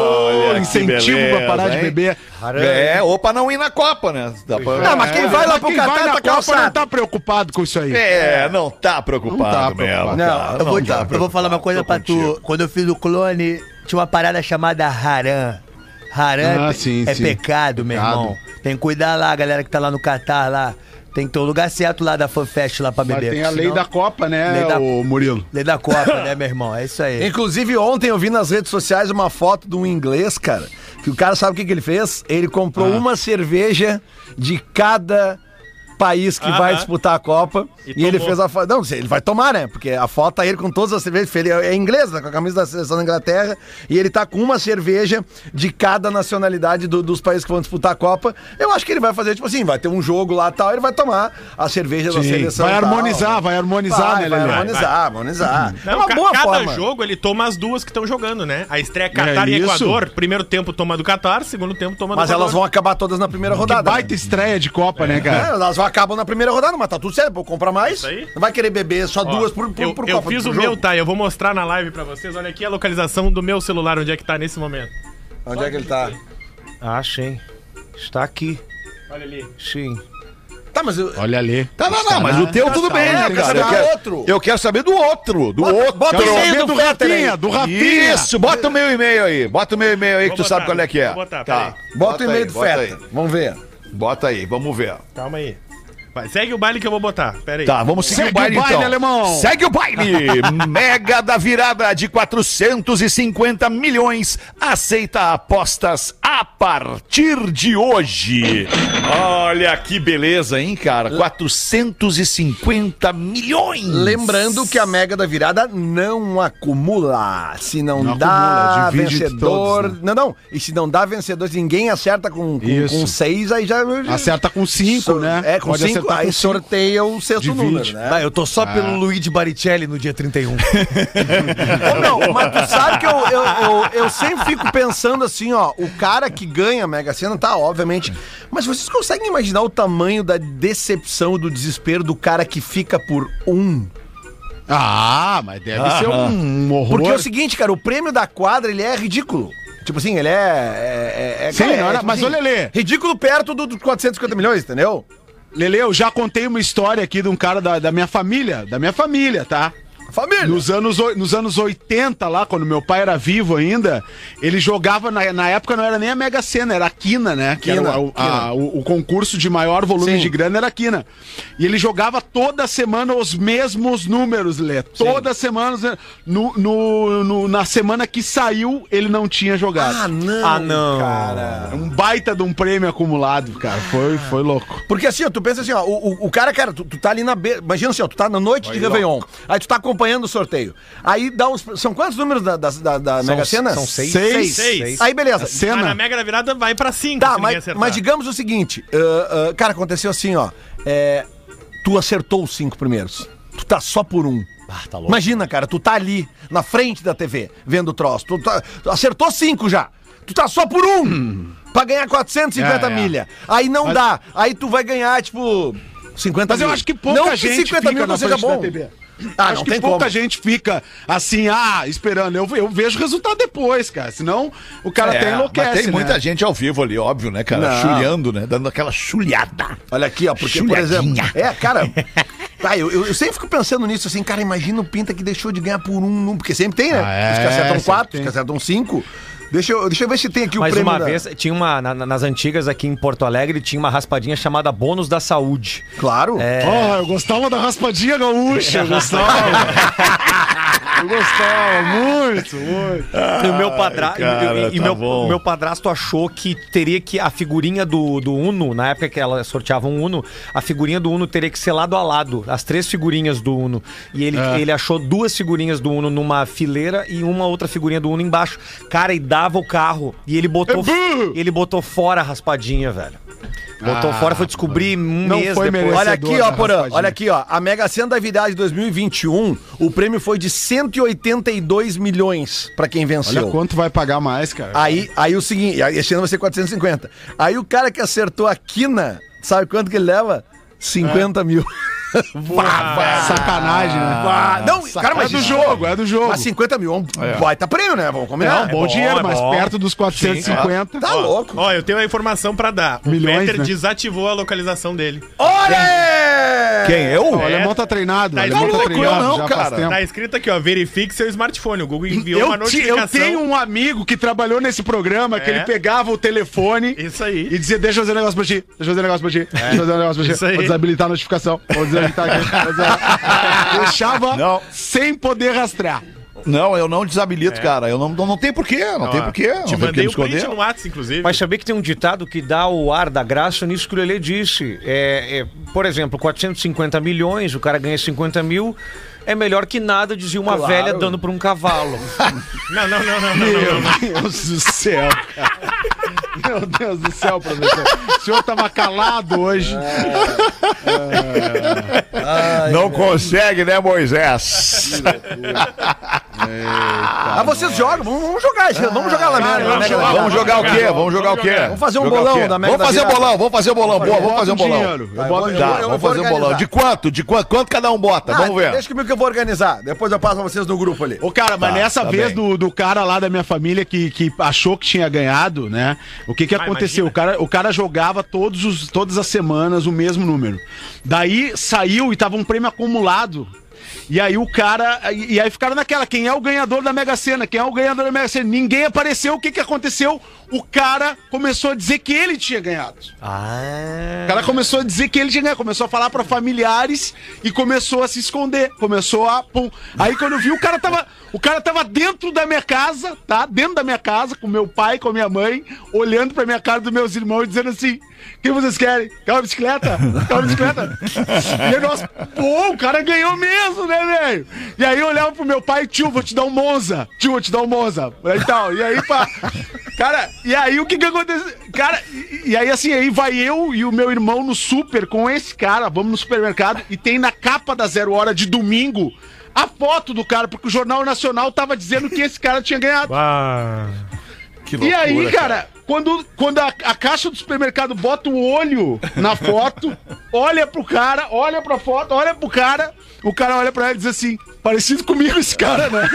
Speaker 3: Olha, que
Speaker 5: incentivo pra parar de
Speaker 3: hein?
Speaker 5: beber.
Speaker 3: É, ou pra não ir na Copa, né? Dá pra-
Speaker 7: Não, mas quem vai lá pro
Speaker 5: Quem
Speaker 7: Catar
Speaker 5: vai na
Speaker 7: tá
Speaker 5: Copa não
Speaker 7: calçado.
Speaker 5: tá preocupado com isso aí.
Speaker 3: É, não tá preocupado
Speaker 5: Não tá
Speaker 3: mesmo.
Speaker 5: preocupado.
Speaker 3: cara.
Speaker 7: Não,
Speaker 6: Eu vou,
Speaker 3: tá
Speaker 6: eu vou falar uma coisa
Speaker 3: Tô
Speaker 6: pra
Speaker 3: contigo.
Speaker 6: tu. Quando eu fiz o clone, tinha uma parada chamada Haram. Haram
Speaker 5: Ah,
Speaker 6: é, pe-
Speaker 5: sim,
Speaker 6: é
Speaker 5: sim.
Speaker 6: pecado, meu
Speaker 5: Pecado.
Speaker 6: irmão. Tem que cuidar lá, a galera que tá lá no Catar lá. Tem que ter o lugar certo lá da FanFest lá pra
Speaker 5: Mas
Speaker 6: beber.
Speaker 5: tem a
Speaker 6: porque
Speaker 5: lei
Speaker 6: senão-
Speaker 5: da Copa, né,
Speaker 6: Lei da-
Speaker 5: o Murilo?
Speaker 6: Lei da Copa, né, meu irmão? É isso aí.
Speaker 7: Inclusive, ontem eu vi nas redes sociais uma foto de um inglês, cara, que o cara sabe o que, que ele fez? Ele comprou uma cerveja de cada país que vai
Speaker 8: Aham.
Speaker 7: disputar a Copa.
Speaker 8: E
Speaker 7: E, ele
Speaker 8: tomou.
Speaker 7: fez a foto. Não, ele vai tomar, né? Porque a foto tá ele com todas as cervejas. Ele é inglês, né? Com a camisa da seleção da Inglaterra. E ele tá com uma cerveja de cada nacionalidade do- dos países que vão disputar a Copa. Eu acho que ele vai fazer, tipo assim, vai ter um jogo lá e tal, ele vai tomar a cerveja da
Speaker 5: Sim.
Speaker 7: seleção.
Speaker 5: Vai
Speaker 7: e tal.
Speaker 5: harmonizar, vai harmonizar,
Speaker 7: Vai,
Speaker 5: né,
Speaker 7: vai
Speaker 5: Lelê?
Speaker 7: harmonizar, harmonizar.
Speaker 8: Não,
Speaker 7: é uma
Speaker 8: ca-
Speaker 7: boa
Speaker 8: cada
Speaker 7: forma.
Speaker 8: jogo ele toma as duas que estão jogando, né? A estreia é Catar
Speaker 5: É
Speaker 8: e
Speaker 5: isso.
Speaker 8: Equador. Primeiro tempo toma do Catar, segundo tempo toma
Speaker 7: Mas
Speaker 8: do Equador.
Speaker 7: elas vão acabar todas na primeira
Speaker 5: Que
Speaker 7: rodada.
Speaker 5: baita estreia de Copa, né,
Speaker 7: Tá, É,
Speaker 5: cara?
Speaker 7: elas vão acabam na primeira rodada, mas tá tudo certo, vou comprar mais.
Speaker 8: Isso aí.
Speaker 7: Não vai querer beber só
Speaker 8: Ó,
Speaker 7: duas por, por,
Speaker 8: eu,
Speaker 7: por
Speaker 8: eu
Speaker 7: Copa,
Speaker 8: fiz
Speaker 7: por
Speaker 8: o
Speaker 7: jogo.
Speaker 8: meu, tá? Eu vou mostrar na live pra vocês. Olha aqui a localização do meu celular, onde é que tá nesse momento.
Speaker 7: Onde é que ele tá?
Speaker 9: Ah, sim. Está aqui.
Speaker 8: Olha ali.
Speaker 9: Sim.
Speaker 7: Tá, mas eu.
Speaker 5: Olha ali.
Speaker 3: Tá, não, não, mas o teu tudo bem, né,
Speaker 7: tem que
Speaker 3: cara?
Speaker 7: saber
Speaker 3: Eu quero,
Speaker 7: outro.
Speaker 3: eu quero saber do outro, do
Speaker 7: Bota-
Speaker 3: outro.
Speaker 7: bota o e-mail
Speaker 5: do Rafinha, do Rafinha.
Speaker 3: Isso, bota o meu e-mail aí, bota o meu e-mail aí que
Speaker 8: Vou
Speaker 3: tu sabe
Speaker 8: botar,
Speaker 3: qual é que é.
Speaker 8: vou botar, peraí.
Speaker 7: Bota o e-mail
Speaker 3: aí,
Speaker 7: do
Speaker 3: bota
Speaker 7: Feta. Vamos ver.
Speaker 3: aí. Bota aí, vamos ver.
Speaker 8: Calma aí. Vai, segue o baile que eu vou botar. Pera aí.
Speaker 3: Tá, vamos seguir
Speaker 5: Segue
Speaker 3: o baile,
Speaker 5: o baile,
Speaker 3: então.
Speaker 5: alemão.
Speaker 3: Segue o baile. Mega da virada de 450 milhões aceita apostas a partir de hoje. Olha que beleza, hein, cara? 450 milhões.
Speaker 7: Lembrando que a Mega da Virada não acumula. Se não,
Speaker 5: Não
Speaker 7: dá
Speaker 5: acumula, divide de
Speaker 7: vencedor.
Speaker 5: todos,
Speaker 7: Não,
Speaker 5: né?
Speaker 7: não. E se não dá vencedor, se ninguém acerta com, com,
Speaker 5: Isso.
Speaker 7: com seis, aí já.
Speaker 5: Acerta com cinco,
Speaker 7: Sor-
Speaker 5: né?
Speaker 7: É, com
Speaker 5: Pode
Speaker 7: cinco.
Speaker 5: acertar com
Speaker 7: Aí
Speaker 5: cinco.
Speaker 7: sorteia o sexto
Speaker 5: Divide.
Speaker 7: número, né?
Speaker 6: Ah, eu tô só pelo Luigi Baricelli no dia 31.
Speaker 7: Ô, meu, mas tu sabe que eu, eu, eu, eu sempre fico pensando assim, ó, o cara que ganha a Mega Sena, tá, obviamente. Mas vocês conseguem imaginar o tamanho da decepção, do desespero do cara que fica por um?
Speaker 5: Ah, mas deve ser um, um horror.
Speaker 7: Porque é o seguinte, cara, o prêmio da quadra, ele é ridículo. Tipo assim, ele é... é, é- é-
Speaker 5: Sim,
Speaker 7: cara, é,
Speaker 5: olha,
Speaker 7: tipo
Speaker 5: mas
Speaker 7: assim,
Speaker 5: olha ali.
Speaker 7: Ridículo perto do, do 450 milhões, entendeu?
Speaker 5: Lele, eu já contei uma história aqui de um cara da, da minha família, da minha família, tá?
Speaker 7: Família.
Speaker 5: Nos anos, oi- nos anos 80, lá, quando meu pai era vivo ainda, ele jogava, na, na época não era nem a Mega Sena, era a Quina, né? Que era o, a-
Speaker 7: Quina.
Speaker 5: o- o concurso de maior volume
Speaker 7: Sim.
Speaker 5: de grana era a Quina. E ele jogava toda semana os mesmos números, Lê. Toda semana. os- No, no- no- na semana que saiu, ele não tinha jogado.
Speaker 7: não.
Speaker 6: Ah, não.
Speaker 5: É Um baita de um prêmio acumulado, cara. Foi, foi louco.
Speaker 7: Porque assim, ó, tu pensa assim, ó, o, o- o cara, cara, tu, tu tá ali na beira. Imagina assim, ó, tu tá na noite de Réveillon. Aí tu tá acompanhando o sorteio. Aí dá uns. São quantos números da, da, da- da Mega Sena?
Speaker 6: são seis.
Speaker 5: Seis.
Speaker 8: Seis.
Speaker 7: Aí beleza.
Speaker 8: Ah, na
Speaker 5: Cena.
Speaker 8: Mega da Virada vai pra cinco,
Speaker 7: Tá,
Speaker 8: se ninguém
Speaker 7: mas,
Speaker 8: acertar.
Speaker 7: mas digamos o seguinte, ah, ah, cara, aconteceu assim, ó. é, tu acertou os cinco primeiros. Tu tá só por um. Imagina, cara, tu tá ali, na frente da TV, vendo o troço. Tu, tá- tu acertou cinco já. Tu tá só por um. Pra ganhar 450
Speaker 5: Hum. É, é.
Speaker 7: milha. Aí não
Speaker 5: Mas-
Speaker 7: dá. Aí tu vai ganhar, tipo, 50
Speaker 5: Mas eu
Speaker 7: mil.
Speaker 5: acho que pouca
Speaker 7: não
Speaker 5: gente
Speaker 7: que 50 mil
Speaker 5: fica
Speaker 7: não
Speaker 5: na
Speaker 7: seja
Speaker 5: frente da
Speaker 7: bom.
Speaker 5: TV.
Speaker 7: Ah,
Speaker 5: acho
Speaker 7: não
Speaker 5: que
Speaker 7: tem
Speaker 5: pouca
Speaker 7: como.
Speaker 5: gente fica assim, ah, esperando. Eu, eu vejo o resultado depois, cara. Senão o cara até
Speaker 3: É,
Speaker 5: enlouquece.
Speaker 3: mas tem
Speaker 5: né?
Speaker 3: muita gente ao vivo ali, óbvio, né, cara?
Speaker 7: Não.
Speaker 3: Chulhando, né? Dando aquela chulhada.
Speaker 7: Olha aqui, ó, porque, por exemplo.
Speaker 3: Chulhadinha.
Speaker 7: É, cara. Ah, eu, eu- eu sempre fico pensando nisso, assim, cara, imagina o Pinta que deixou de ganhar por um, um porque sempre tem, né?
Speaker 5: Ah,
Speaker 7: os que
Speaker 5: é,
Speaker 7: acertam
Speaker 5: sempre
Speaker 7: quatro,
Speaker 5: tem.
Speaker 7: os que acertam cinco. Deixa eu, deixa eu ver se tem aqui o
Speaker 6: Mais
Speaker 7: prêmio.
Speaker 6: uma
Speaker 7: da-
Speaker 6: vez, tinha uma. na- na- nas antigas aqui em Porto Alegre, tinha uma raspadinha chamada Bônus da Saúde.
Speaker 7: Claro.
Speaker 5: É. Oh, eu gostava da raspadinha gaúcha,
Speaker 7: É,
Speaker 5: eu gostava. eu gostava muito, muito.
Speaker 6: E o meu padrasto.
Speaker 3: cara,
Speaker 6: e, e
Speaker 3: tá
Speaker 6: meu,
Speaker 3: bom.
Speaker 6: o meu padrasto achou que teria que. A figurinha do, do Uno, na época que ela sorteava um Uno, a figurinha do Uno teria que ser lado a lado. As três figurinhas do Uno. E ele, ele achou duas figurinhas do Uno numa fileira e uma outra figurinha do Uno embaixo. Cara, e dava o carro. E ele botou. ele botou fora a raspadinha, velho. Botou
Speaker 5: Ah,
Speaker 6: fora, foi descobrir um
Speaker 5: não
Speaker 6: mês
Speaker 5: foi né?
Speaker 6: depois.
Speaker 5: merecido.
Speaker 7: Olha
Speaker 5: Vencedor
Speaker 7: aqui, ó,
Speaker 5: da
Speaker 7: Porã.
Speaker 5: raspadinha.
Speaker 7: Olha aqui, ó. A Mega Sena da Virada de 2021, o prêmio foi de 182 milhões pra quem
Speaker 5: Olha
Speaker 7: venceu.
Speaker 5: quanto vai pagar mais, cara.
Speaker 7: Aí, aí o seguinte, aí esse ano vai ser 450. Aí o cara que acertou a quina, sabe quanto que ele leva?
Speaker 5: É.
Speaker 7: 50 mil.
Speaker 5: Tá Sacanagem, né?
Speaker 7: Ah, não, cara,
Speaker 5: é
Speaker 7: mas
Speaker 5: do jogo, é do jogo.
Speaker 7: Mas 50 mil é um baita prêmio, né? Vamos
Speaker 5: é
Speaker 7: combinar.
Speaker 5: um bom dinheiro, mas perto dos 450.
Speaker 7: Tá louco.
Speaker 8: Ó, eu tenho a informação pra dar. O
Speaker 5: Milhões,
Speaker 8: Peter
Speaker 5: né?
Speaker 8: desativou a localização dele.
Speaker 7: Olha!
Speaker 3: Quem? Eu?
Speaker 5: O alemão
Speaker 7: É.
Speaker 5: tá treinado, o
Speaker 8: Tá
Speaker 5: alemão tá
Speaker 8: louco,
Speaker 5: treinado
Speaker 3: eu não,
Speaker 5: já faz
Speaker 3: cara.
Speaker 5: tempo.
Speaker 7: um-
Speaker 8: Tá escrito aqui, ó. Verifique seu smartphone. O Google enviou uma
Speaker 5: Eu, te-
Speaker 8: notificação.
Speaker 5: eu tenho um amigo que trabalhou nesse programa que
Speaker 8: É.
Speaker 5: ele pegava o telefone
Speaker 8: Isso aí.
Speaker 5: e dizia: Deixa eu fazer um negócio pra ti, deixa eu fazer um negócio
Speaker 3: É.
Speaker 5: pra ti, deixa eu fazer um negócio pra ti.
Speaker 8: Isso aí.
Speaker 5: Vou desabilitar a notificação, vou desabilitar aqui. vou desabilitar. Deixava
Speaker 3: Não.
Speaker 5: sem poder rastrear.
Speaker 3: Não, eu não desabilito, cara. Eu não, não, não tem porquê, É. não é. tem porquê. Não
Speaker 8: Te
Speaker 3: tem por que
Speaker 8: mandei
Speaker 3: me
Speaker 8: o print
Speaker 3: esconder.
Speaker 8: no WhatsApp, inclusive.
Speaker 6: Mas sabia que tem um ditado que dá o ar da graça nisso que o Lelê disse. É, é, por exemplo, 450 milhões, o cara ganha 50 mil, é melhor que nada, dizia uma velha dando pra um cavalo.
Speaker 8: Não, não, não, não, não, não, não.
Speaker 5: Meu Deus do céu, cara. Meu Deus do céu, professor. O senhor tava calado hoje.
Speaker 3: Não consegue, né, Moisés?
Speaker 7: Ah, vocês jogam? Vamos, vamos jogar, gente. vamos jogar lá mesmo. né,
Speaker 8: vamos
Speaker 7: Mega
Speaker 8: jogar,
Speaker 7: Virada.
Speaker 3: Vamos jogar o quê? Vamos jogar o quê?
Speaker 7: Vamos fazer um
Speaker 3: Jogar o
Speaker 7: bolão
Speaker 3: quê?
Speaker 7: da Mega
Speaker 3: Vamos fazer um
Speaker 7: Virada.
Speaker 3: bolão, vamos fazer um bolão. Boa, vamos fazer um
Speaker 5: boto um
Speaker 3: bolão.
Speaker 5: dinheiro, eu
Speaker 3: Tá,
Speaker 7: boto- eu vou- eu
Speaker 3: vamos
Speaker 7: vou
Speaker 3: fazer um bolão.
Speaker 7: organizar.
Speaker 3: De quanto? De quanto? Quanto cada um bota?
Speaker 7: Ah,
Speaker 3: Vamos ver.
Speaker 7: Deixa comigo que eu vou organizar. Depois eu passo pra vocês no grupo ali.
Speaker 5: Ô, cara, mas
Speaker 3: Tá,
Speaker 5: nessa
Speaker 3: tá
Speaker 5: vez
Speaker 3: bem.
Speaker 5: do, do cara lá da minha família que, que achou que tinha ganhado, né? O que que
Speaker 8: Ah,
Speaker 5: aconteceu?
Speaker 8: imagina.
Speaker 5: O cara, o cara jogava todos os, todas as semanas o mesmo número. Daí saiu e tava um prêmio acumulado. E aí o cara. E e aí ficaram naquela, quem é o ganhador da Mega Sena? Quem é o ganhador da Mega Sena? Ninguém apareceu, o que que aconteceu? O cara começou a dizer que ele tinha ganhado. O cara começou a dizer que ele tinha ganhado, começou a falar pra familiares e começou a se esconder, começou a pum. Aí quando eu vi, o cara tava, o cara tava dentro da minha casa, tá? Dentro da minha casa com meu pai, com a minha mãe, olhando pra minha cara dos meus irmãos e dizendo assim: "O que vocês querem? Quer uma bicicleta? Quer uma bicicleta?" E aí nós, pô, o cara ganhou mesmo, né, velho? E aí eu olhava pro meu pai, tio, vou te dar um Monza. Tio, vou te dar um Monza. E tal. E aí, pá, Cara, e aí o que que aconteceu? Cara, e- e aí assim, aí vai eu e o meu irmão no super com esse cara, vamos no supermercado e tem na capa da Zero Hora de domingo a foto do cara, porque o Jornal Nacional tava dizendo que esse cara tinha ganhado.
Speaker 3: Que
Speaker 5: e aí,
Speaker 3: loucura,
Speaker 5: cara, quando, quando a, a caixa do supermercado bota o olho na foto, olha pro cara, olha pra foto, olha pro cara, o cara olha pra ela e diz assim, parecido comigo esse cara, né?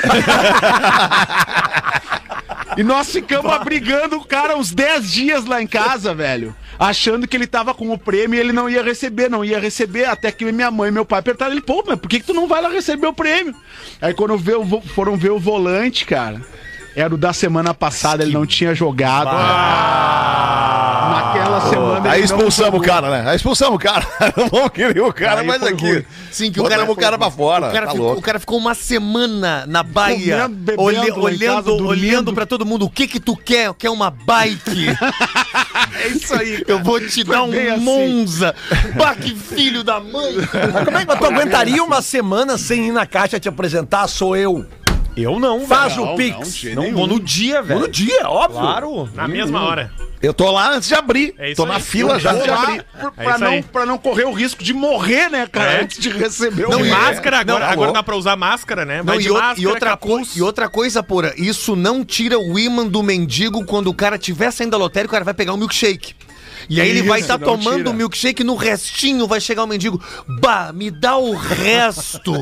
Speaker 5: E nós ficamos abrigando o cara uns 10 dias lá em casa, velho. Achando que ele tava com o prêmio e ele não ia receber, não ia receber. Até que minha mãe e meu pai apertaram ele, pô, mas por que, que tu não vai lá receber o prêmio? Aí quando vê o vo- foram ver o volante, cara, era o da semana passada, ele não tinha jogado.
Speaker 6: Ah.
Speaker 5: Naquela semana.
Speaker 3: Aí
Speaker 5: ele não
Speaker 3: expulsamos
Speaker 5: jogou.
Speaker 3: o cara, né? Aí expulsamos o cara. Vamos querer o cara,
Speaker 5: Aí
Speaker 3: mas
Speaker 5: foi
Speaker 3: aqui.
Speaker 5: ruim.
Speaker 6: Sim, que o cara
Speaker 8: é
Speaker 3: Botamos
Speaker 8: um
Speaker 3: o cara pra fora.
Speaker 6: O cara,
Speaker 3: tá
Speaker 6: ficou,
Speaker 3: louco.
Speaker 6: o cara ficou uma semana na Bahia,
Speaker 5: Comendo, bebendo
Speaker 6: olhe-
Speaker 5: lá em casa,
Speaker 6: olhando,
Speaker 5: dormindo.
Speaker 6: olhando pra todo mundo, o que que tu quer? Quer uma bike?
Speaker 5: É isso aí.
Speaker 6: Eu vou te dar um
Speaker 5: bem assim.
Speaker 6: Monza. Bah, que filho da mãe.
Speaker 7: Mas como é que mas tu aguentaria uma semana sem ir na caixa te apresentar? Sou eu.
Speaker 9: Eu não,
Speaker 7: Faz
Speaker 5: Não,
Speaker 7: o
Speaker 5: não,
Speaker 7: Pix.
Speaker 5: de
Speaker 9: Não vou no dia, velho.
Speaker 7: No dia, óbvio.
Speaker 9: Claro.
Speaker 6: Hum.
Speaker 8: Na mesma hora.
Speaker 3: Eu tô lá antes de abrir.
Speaker 8: É isso
Speaker 3: tô na
Speaker 8: aí.
Speaker 3: fila já
Speaker 5: Vou
Speaker 3: antes de
Speaker 5: lá
Speaker 3: abrir.
Speaker 5: pra-
Speaker 8: É
Speaker 5: pra,
Speaker 8: isso
Speaker 5: não,
Speaker 8: aí.
Speaker 5: pra não correr o risco de morrer, né, cara?
Speaker 8: É.
Speaker 5: Antes de receber
Speaker 8: De
Speaker 5: o
Speaker 8: máscara, agora,
Speaker 3: Não,
Speaker 8: agora
Speaker 3: alô.
Speaker 8: dá pra usar máscara, né?
Speaker 6: Não,
Speaker 8: Vai de
Speaker 6: e, o-
Speaker 8: máscara,
Speaker 6: e outra
Speaker 8: capuz.
Speaker 6: coisa, e outra coisa, porra, isso não tira o imã do mendigo quando o cara tiver saindo da lotérica, o cara vai pegar um milkshake. E aí ele vai estar tomando o milkshake, no restinho vai chegar o mendigo. Bah, me dá o resto.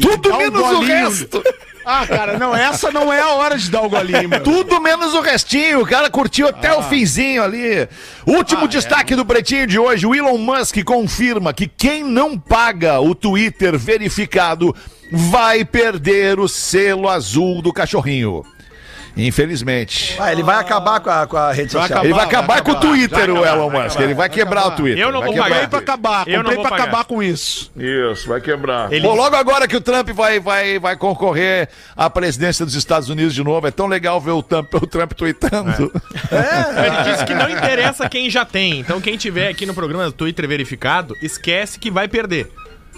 Speaker 3: Tudo
Speaker 5: um
Speaker 3: menos o
Speaker 5: golinho.
Speaker 3: resto.
Speaker 5: Ah, cara, não, essa não é a hora de dar o golinho, mano. Ah.
Speaker 3: Tudo menos o restinho, o cara curtiu até o finzinho ali.
Speaker 5: é.
Speaker 3: Último destaque do pretinho de hoje: o Elon Musk confirma que quem não paga o Twitter verificado vai perder o selo azul do cachorrinho. Infelizmente.
Speaker 7: Ah, ele vai acabar com a, com a rede social.
Speaker 5: Tá
Speaker 3: Ele vai acabar,
Speaker 5: vai
Speaker 3: com o Twitter, o Elon Musk.
Speaker 8: acabar,
Speaker 3: ele vai, quebrar o Twitter.
Speaker 8: Eu não
Speaker 3: vai
Speaker 8: vou
Speaker 3: quebrar.
Speaker 8: pagar
Speaker 5: Comprei pra acabar,
Speaker 8: Eu não
Speaker 5: comprei
Speaker 8: vou
Speaker 5: pra
Speaker 8: pagar.
Speaker 5: acabar com isso.
Speaker 1: Isso, vai quebrar.
Speaker 8: Ele-
Speaker 3: Pô, logo agora que o Trump vai, vai, vai concorrer à presidência dos Estados Unidos de novo. É tão legal ver o Trump, o Trump tweetando.
Speaker 7: É.
Speaker 8: Ele disse que não interessa quem já tem. Então quem tiver aqui no programa do Twitter verificado, esquece que vai perder.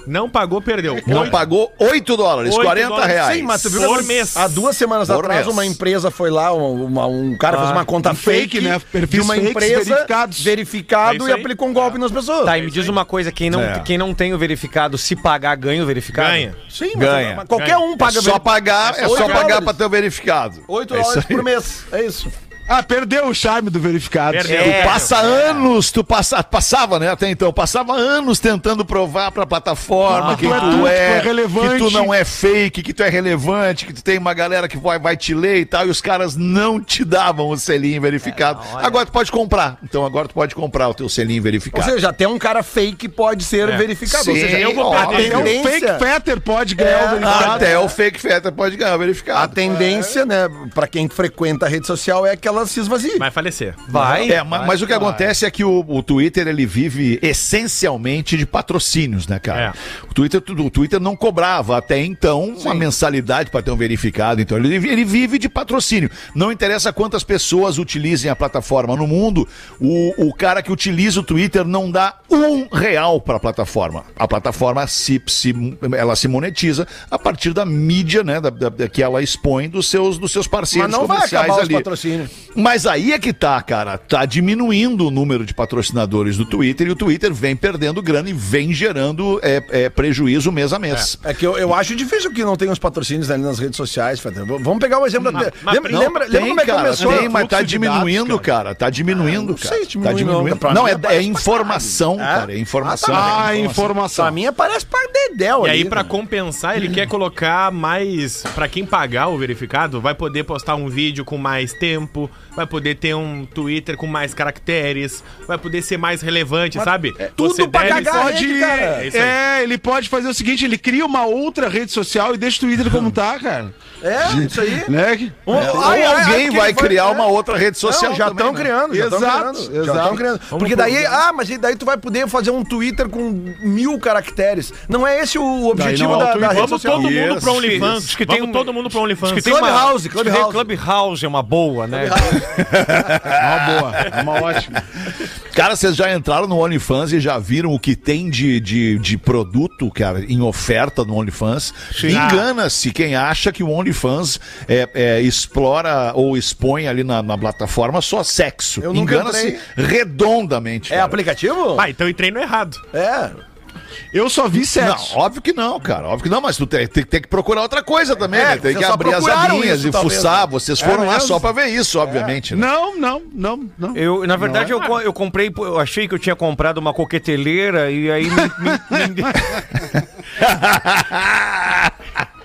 Speaker 8: Não pagou, perdeu.
Speaker 3: Não
Speaker 8: Oito-
Speaker 3: pagou 8 dólares,
Speaker 8: Oito
Speaker 3: 40
Speaker 8: dólares.
Speaker 3: reais.
Speaker 7: Sim, mas tu viu
Speaker 8: Por
Speaker 7: que
Speaker 8: é um mês.
Speaker 7: há duas semanas
Speaker 3: Por
Speaker 7: atrás
Speaker 3: mês.
Speaker 7: uma empresa foi lá, um- uma- um cara fez uma conta
Speaker 5: um
Speaker 7: fake,
Speaker 5: fake, né?
Speaker 7: de
Speaker 5: Perfis
Speaker 7: uma
Speaker 5: fakes
Speaker 7: empresa
Speaker 5: verificados.
Speaker 8: É
Speaker 7: verificado
Speaker 8: isso
Speaker 7: e
Speaker 8: aí.
Speaker 7: aplicou um golpe nas pessoas.
Speaker 9: Tá, e me diz uma coisa, quem não,
Speaker 3: É.
Speaker 9: quem não tem o verificado, se pagar, ganha o verificado?
Speaker 8: Ganha.
Speaker 7: Sim, mas-
Speaker 3: Ganha.
Speaker 7: mas qualquer
Speaker 8: Ganha.
Speaker 7: um
Speaker 3: É
Speaker 7: paga
Speaker 3: só pagar, é
Speaker 7: Oito
Speaker 3: só pagar
Speaker 7: dólares.
Speaker 3: pra ter o verificado.
Speaker 7: 8
Speaker 3: é isso
Speaker 7: dólares
Speaker 3: aí.
Speaker 7: por mês. É isso.
Speaker 5: Ah, perdeu o charme do verificado.
Speaker 8: Perdeu.
Speaker 3: Tu
Speaker 8: É.
Speaker 3: passa anos, tu passa, passava, né, até então, passava anos tentando provar pra plataforma
Speaker 5: Ah,
Speaker 3: que
Speaker 5: tu é tudo,
Speaker 3: tu é,
Speaker 5: que tu é relevante.
Speaker 3: que tu não é fake, que tu é relevante, que tu tem uma galera que vai, vai te ler e tal, e os caras não te davam o selinho verificado. agora tu pode comprar. Então agora tu pode comprar o teu selinho
Speaker 7: Ou
Speaker 3: verificado.
Speaker 7: seja, até um cara fake pode ser verificado. Ou
Speaker 3: Sim,
Speaker 7: seja,
Speaker 3: eu vou
Speaker 7: a
Speaker 3: perder.
Speaker 5: Até é, o
Speaker 7: tendência,
Speaker 5: um fake Fetter pode ganhar
Speaker 3: É.
Speaker 5: o verificado.
Speaker 3: Até o fake feta pode ganhar o
Speaker 7: a
Speaker 3: verificado.
Speaker 7: tendência, né, pra quem frequenta a rede social é que ela se esvazie.
Speaker 8: Vai falecer.
Speaker 9: Vai.
Speaker 3: É, ma- mas, o que acontece é que o, o Twitter ele vive essencialmente de patrocínios, né, cara?
Speaker 7: É.
Speaker 3: O, Twitter, tu- o Twitter não cobrava até então uma mensalidade para ter um verificado, então ele, ele vive de patrocínio. Não interessa quantas pessoas utilizem a plataforma no mundo, o, o cara que utiliza o Twitter não dá um real para a plataforma. A plataforma se, se- ela se monetiza a partir da mídia, né, da- da- da- que ela expõe dos seus, dos seus parceiros
Speaker 7: Mas não vai
Speaker 3: comerciais
Speaker 7: acabar os
Speaker 3: ali.
Speaker 7: patrocínios.
Speaker 3: Mas aí é que tá, cara. Tá diminuindo o número de patrocinadores do Twitter e o Twitter vem perdendo grana e vem gerando é, é, prejuízo mês a mês.
Speaker 7: É que eu, eu acho difícil que não tenha os patrocínios ali nas redes sociais, Fetter. V- Vamos pegar o exemplo da.
Speaker 8: mas
Speaker 7: lembra,
Speaker 8: não,
Speaker 7: lembra, lembra
Speaker 3: Tem,
Speaker 7: como é que
Speaker 3: cara,
Speaker 7: começou?
Speaker 3: tem, mas tá
Speaker 7: fluxo de dados,
Speaker 3: diminuindo,
Speaker 7: cara?
Speaker 3: cara. Tá diminuindo,
Speaker 7: sei
Speaker 3: cara.
Speaker 7: se diminui,
Speaker 3: tá
Speaker 7: não,
Speaker 3: diminuindo.
Speaker 7: pra
Speaker 3: Não,
Speaker 7: mim
Speaker 3: é,
Speaker 7: aparece
Speaker 3: é informação,
Speaker 7: caralho.
Speaker 3: cara. É informação.
Speaker 7: tá,
Speaker 5: Ah,
Speaker 3: É
Speaker 5: informação.
Speaker 7: Pra mim parece pra Dedel
Speaker 8: E aí,
Speaker 7: ali,
Speaker 8: pra
Speaker 7: né?
Speaker 8: compensar, ele quer colocar mais. Pra quem pagar o verificado, vai poder postar um vídeo com mais tempo, vai poder ter um Twitter com mais caracteres, vai poder ser mais relevante, sabe?
Speaker 7: tudo pra
Speaker 8: deve-
Speaker 7: cagar a
Speaker 8: pode-
Speaker 7: rede, cara.
Speaker 8: É isso aí.
Speaker 5: É, ele pode fazer o seguinte, ele cria uma outra rede social e deixa o Twitter como tá, cara.
Speaker 7: É, isso aí.
Speaker 5: Né?
Speaker 7: Ou,
Speaker 3: Ou Um, alguém vai criar uma outra rede social.
Speaker 7: Não, Então, já
Speaker 3: também,
Speaker 7: estão
Speaker 3: né?
Speaker 7: criando, já estão
Speaker 5: Exato,
Speaker 7: criando. Já
Speaker 5: exato.
Speaker 7: estão criando. Porque daí, ah, mas e daí tu vai poder fazer um Twitter com mil caracteres. Não é esse o objetivo
Speaker 5: não é o
Speaker 7: da, da
Speaker 5: Twitter.
Speaker 7: rede
Speaker 8: Vamos
Speaker 7: social.
Speaker 8: todo mundo pro OnlyFans.
Speaker 9: Acho que tem
Speaker 8: Vamos
Speaker 9: um-
Speaker 8: todo mundo pro OnlyFans.
Speaker 9: Acho que tem
Speaker 7: Clubhouse,
Speaker 9: uma...
Speaker 7: Clubhouse.
Speaker 9: Clubhouse é uma boa, né?
Speaker 5: Uma boa, é uma ótima.
Speaker 3: Cara, vocês já entraram no OnlyFans e já viram o que tem de, de, de produto, cara, em oferta no OnlyFans? Engana-se quem acha que o OnlyFans é, é, explora ou expõe ali na, na plataforma só sexo.
Speaker 7: Eu nunca
Speaker 3: Engana-se redondamente.
Speaker 7: É
Speaker 3: cara.
Speaker 7: aplicativo?
Speaker 8: Ah, então entrei no errado.
Speaker 7: É.
Speaker 5: Eu só vi sexo.
Speaker 3: Não, óbvio que não, cara. Óbvio que não, mas tu tem, tem- tem que procurar outra coisa também,
Speaker 7: É,
Speaker 3: né? Tem
Speaker 7: vocês
Speaker 3: que
Speaker 7: só
Speaker 3: abrir as
Speaker 7: procuraram
Speaker 3: abinhas
Speaker 7: isso,
Speaker 3: e
Speaker 7: talvez,
Speaker 3: fuçar.
Speaker 7: né?
Speaker 3: Vocês foram lá
Speaker 5: mesmo?
Speaker 3: só pra ver isso, obviamente. né?
Speaker 5: Não, não, não, não.
Speaker 9: Eu, na
Speaker 3: é
Speaker 9: verdade, eu, co- eu comprei, pô, eu achei que eu tinha comprado uma coqueteleira e aí me- me- me-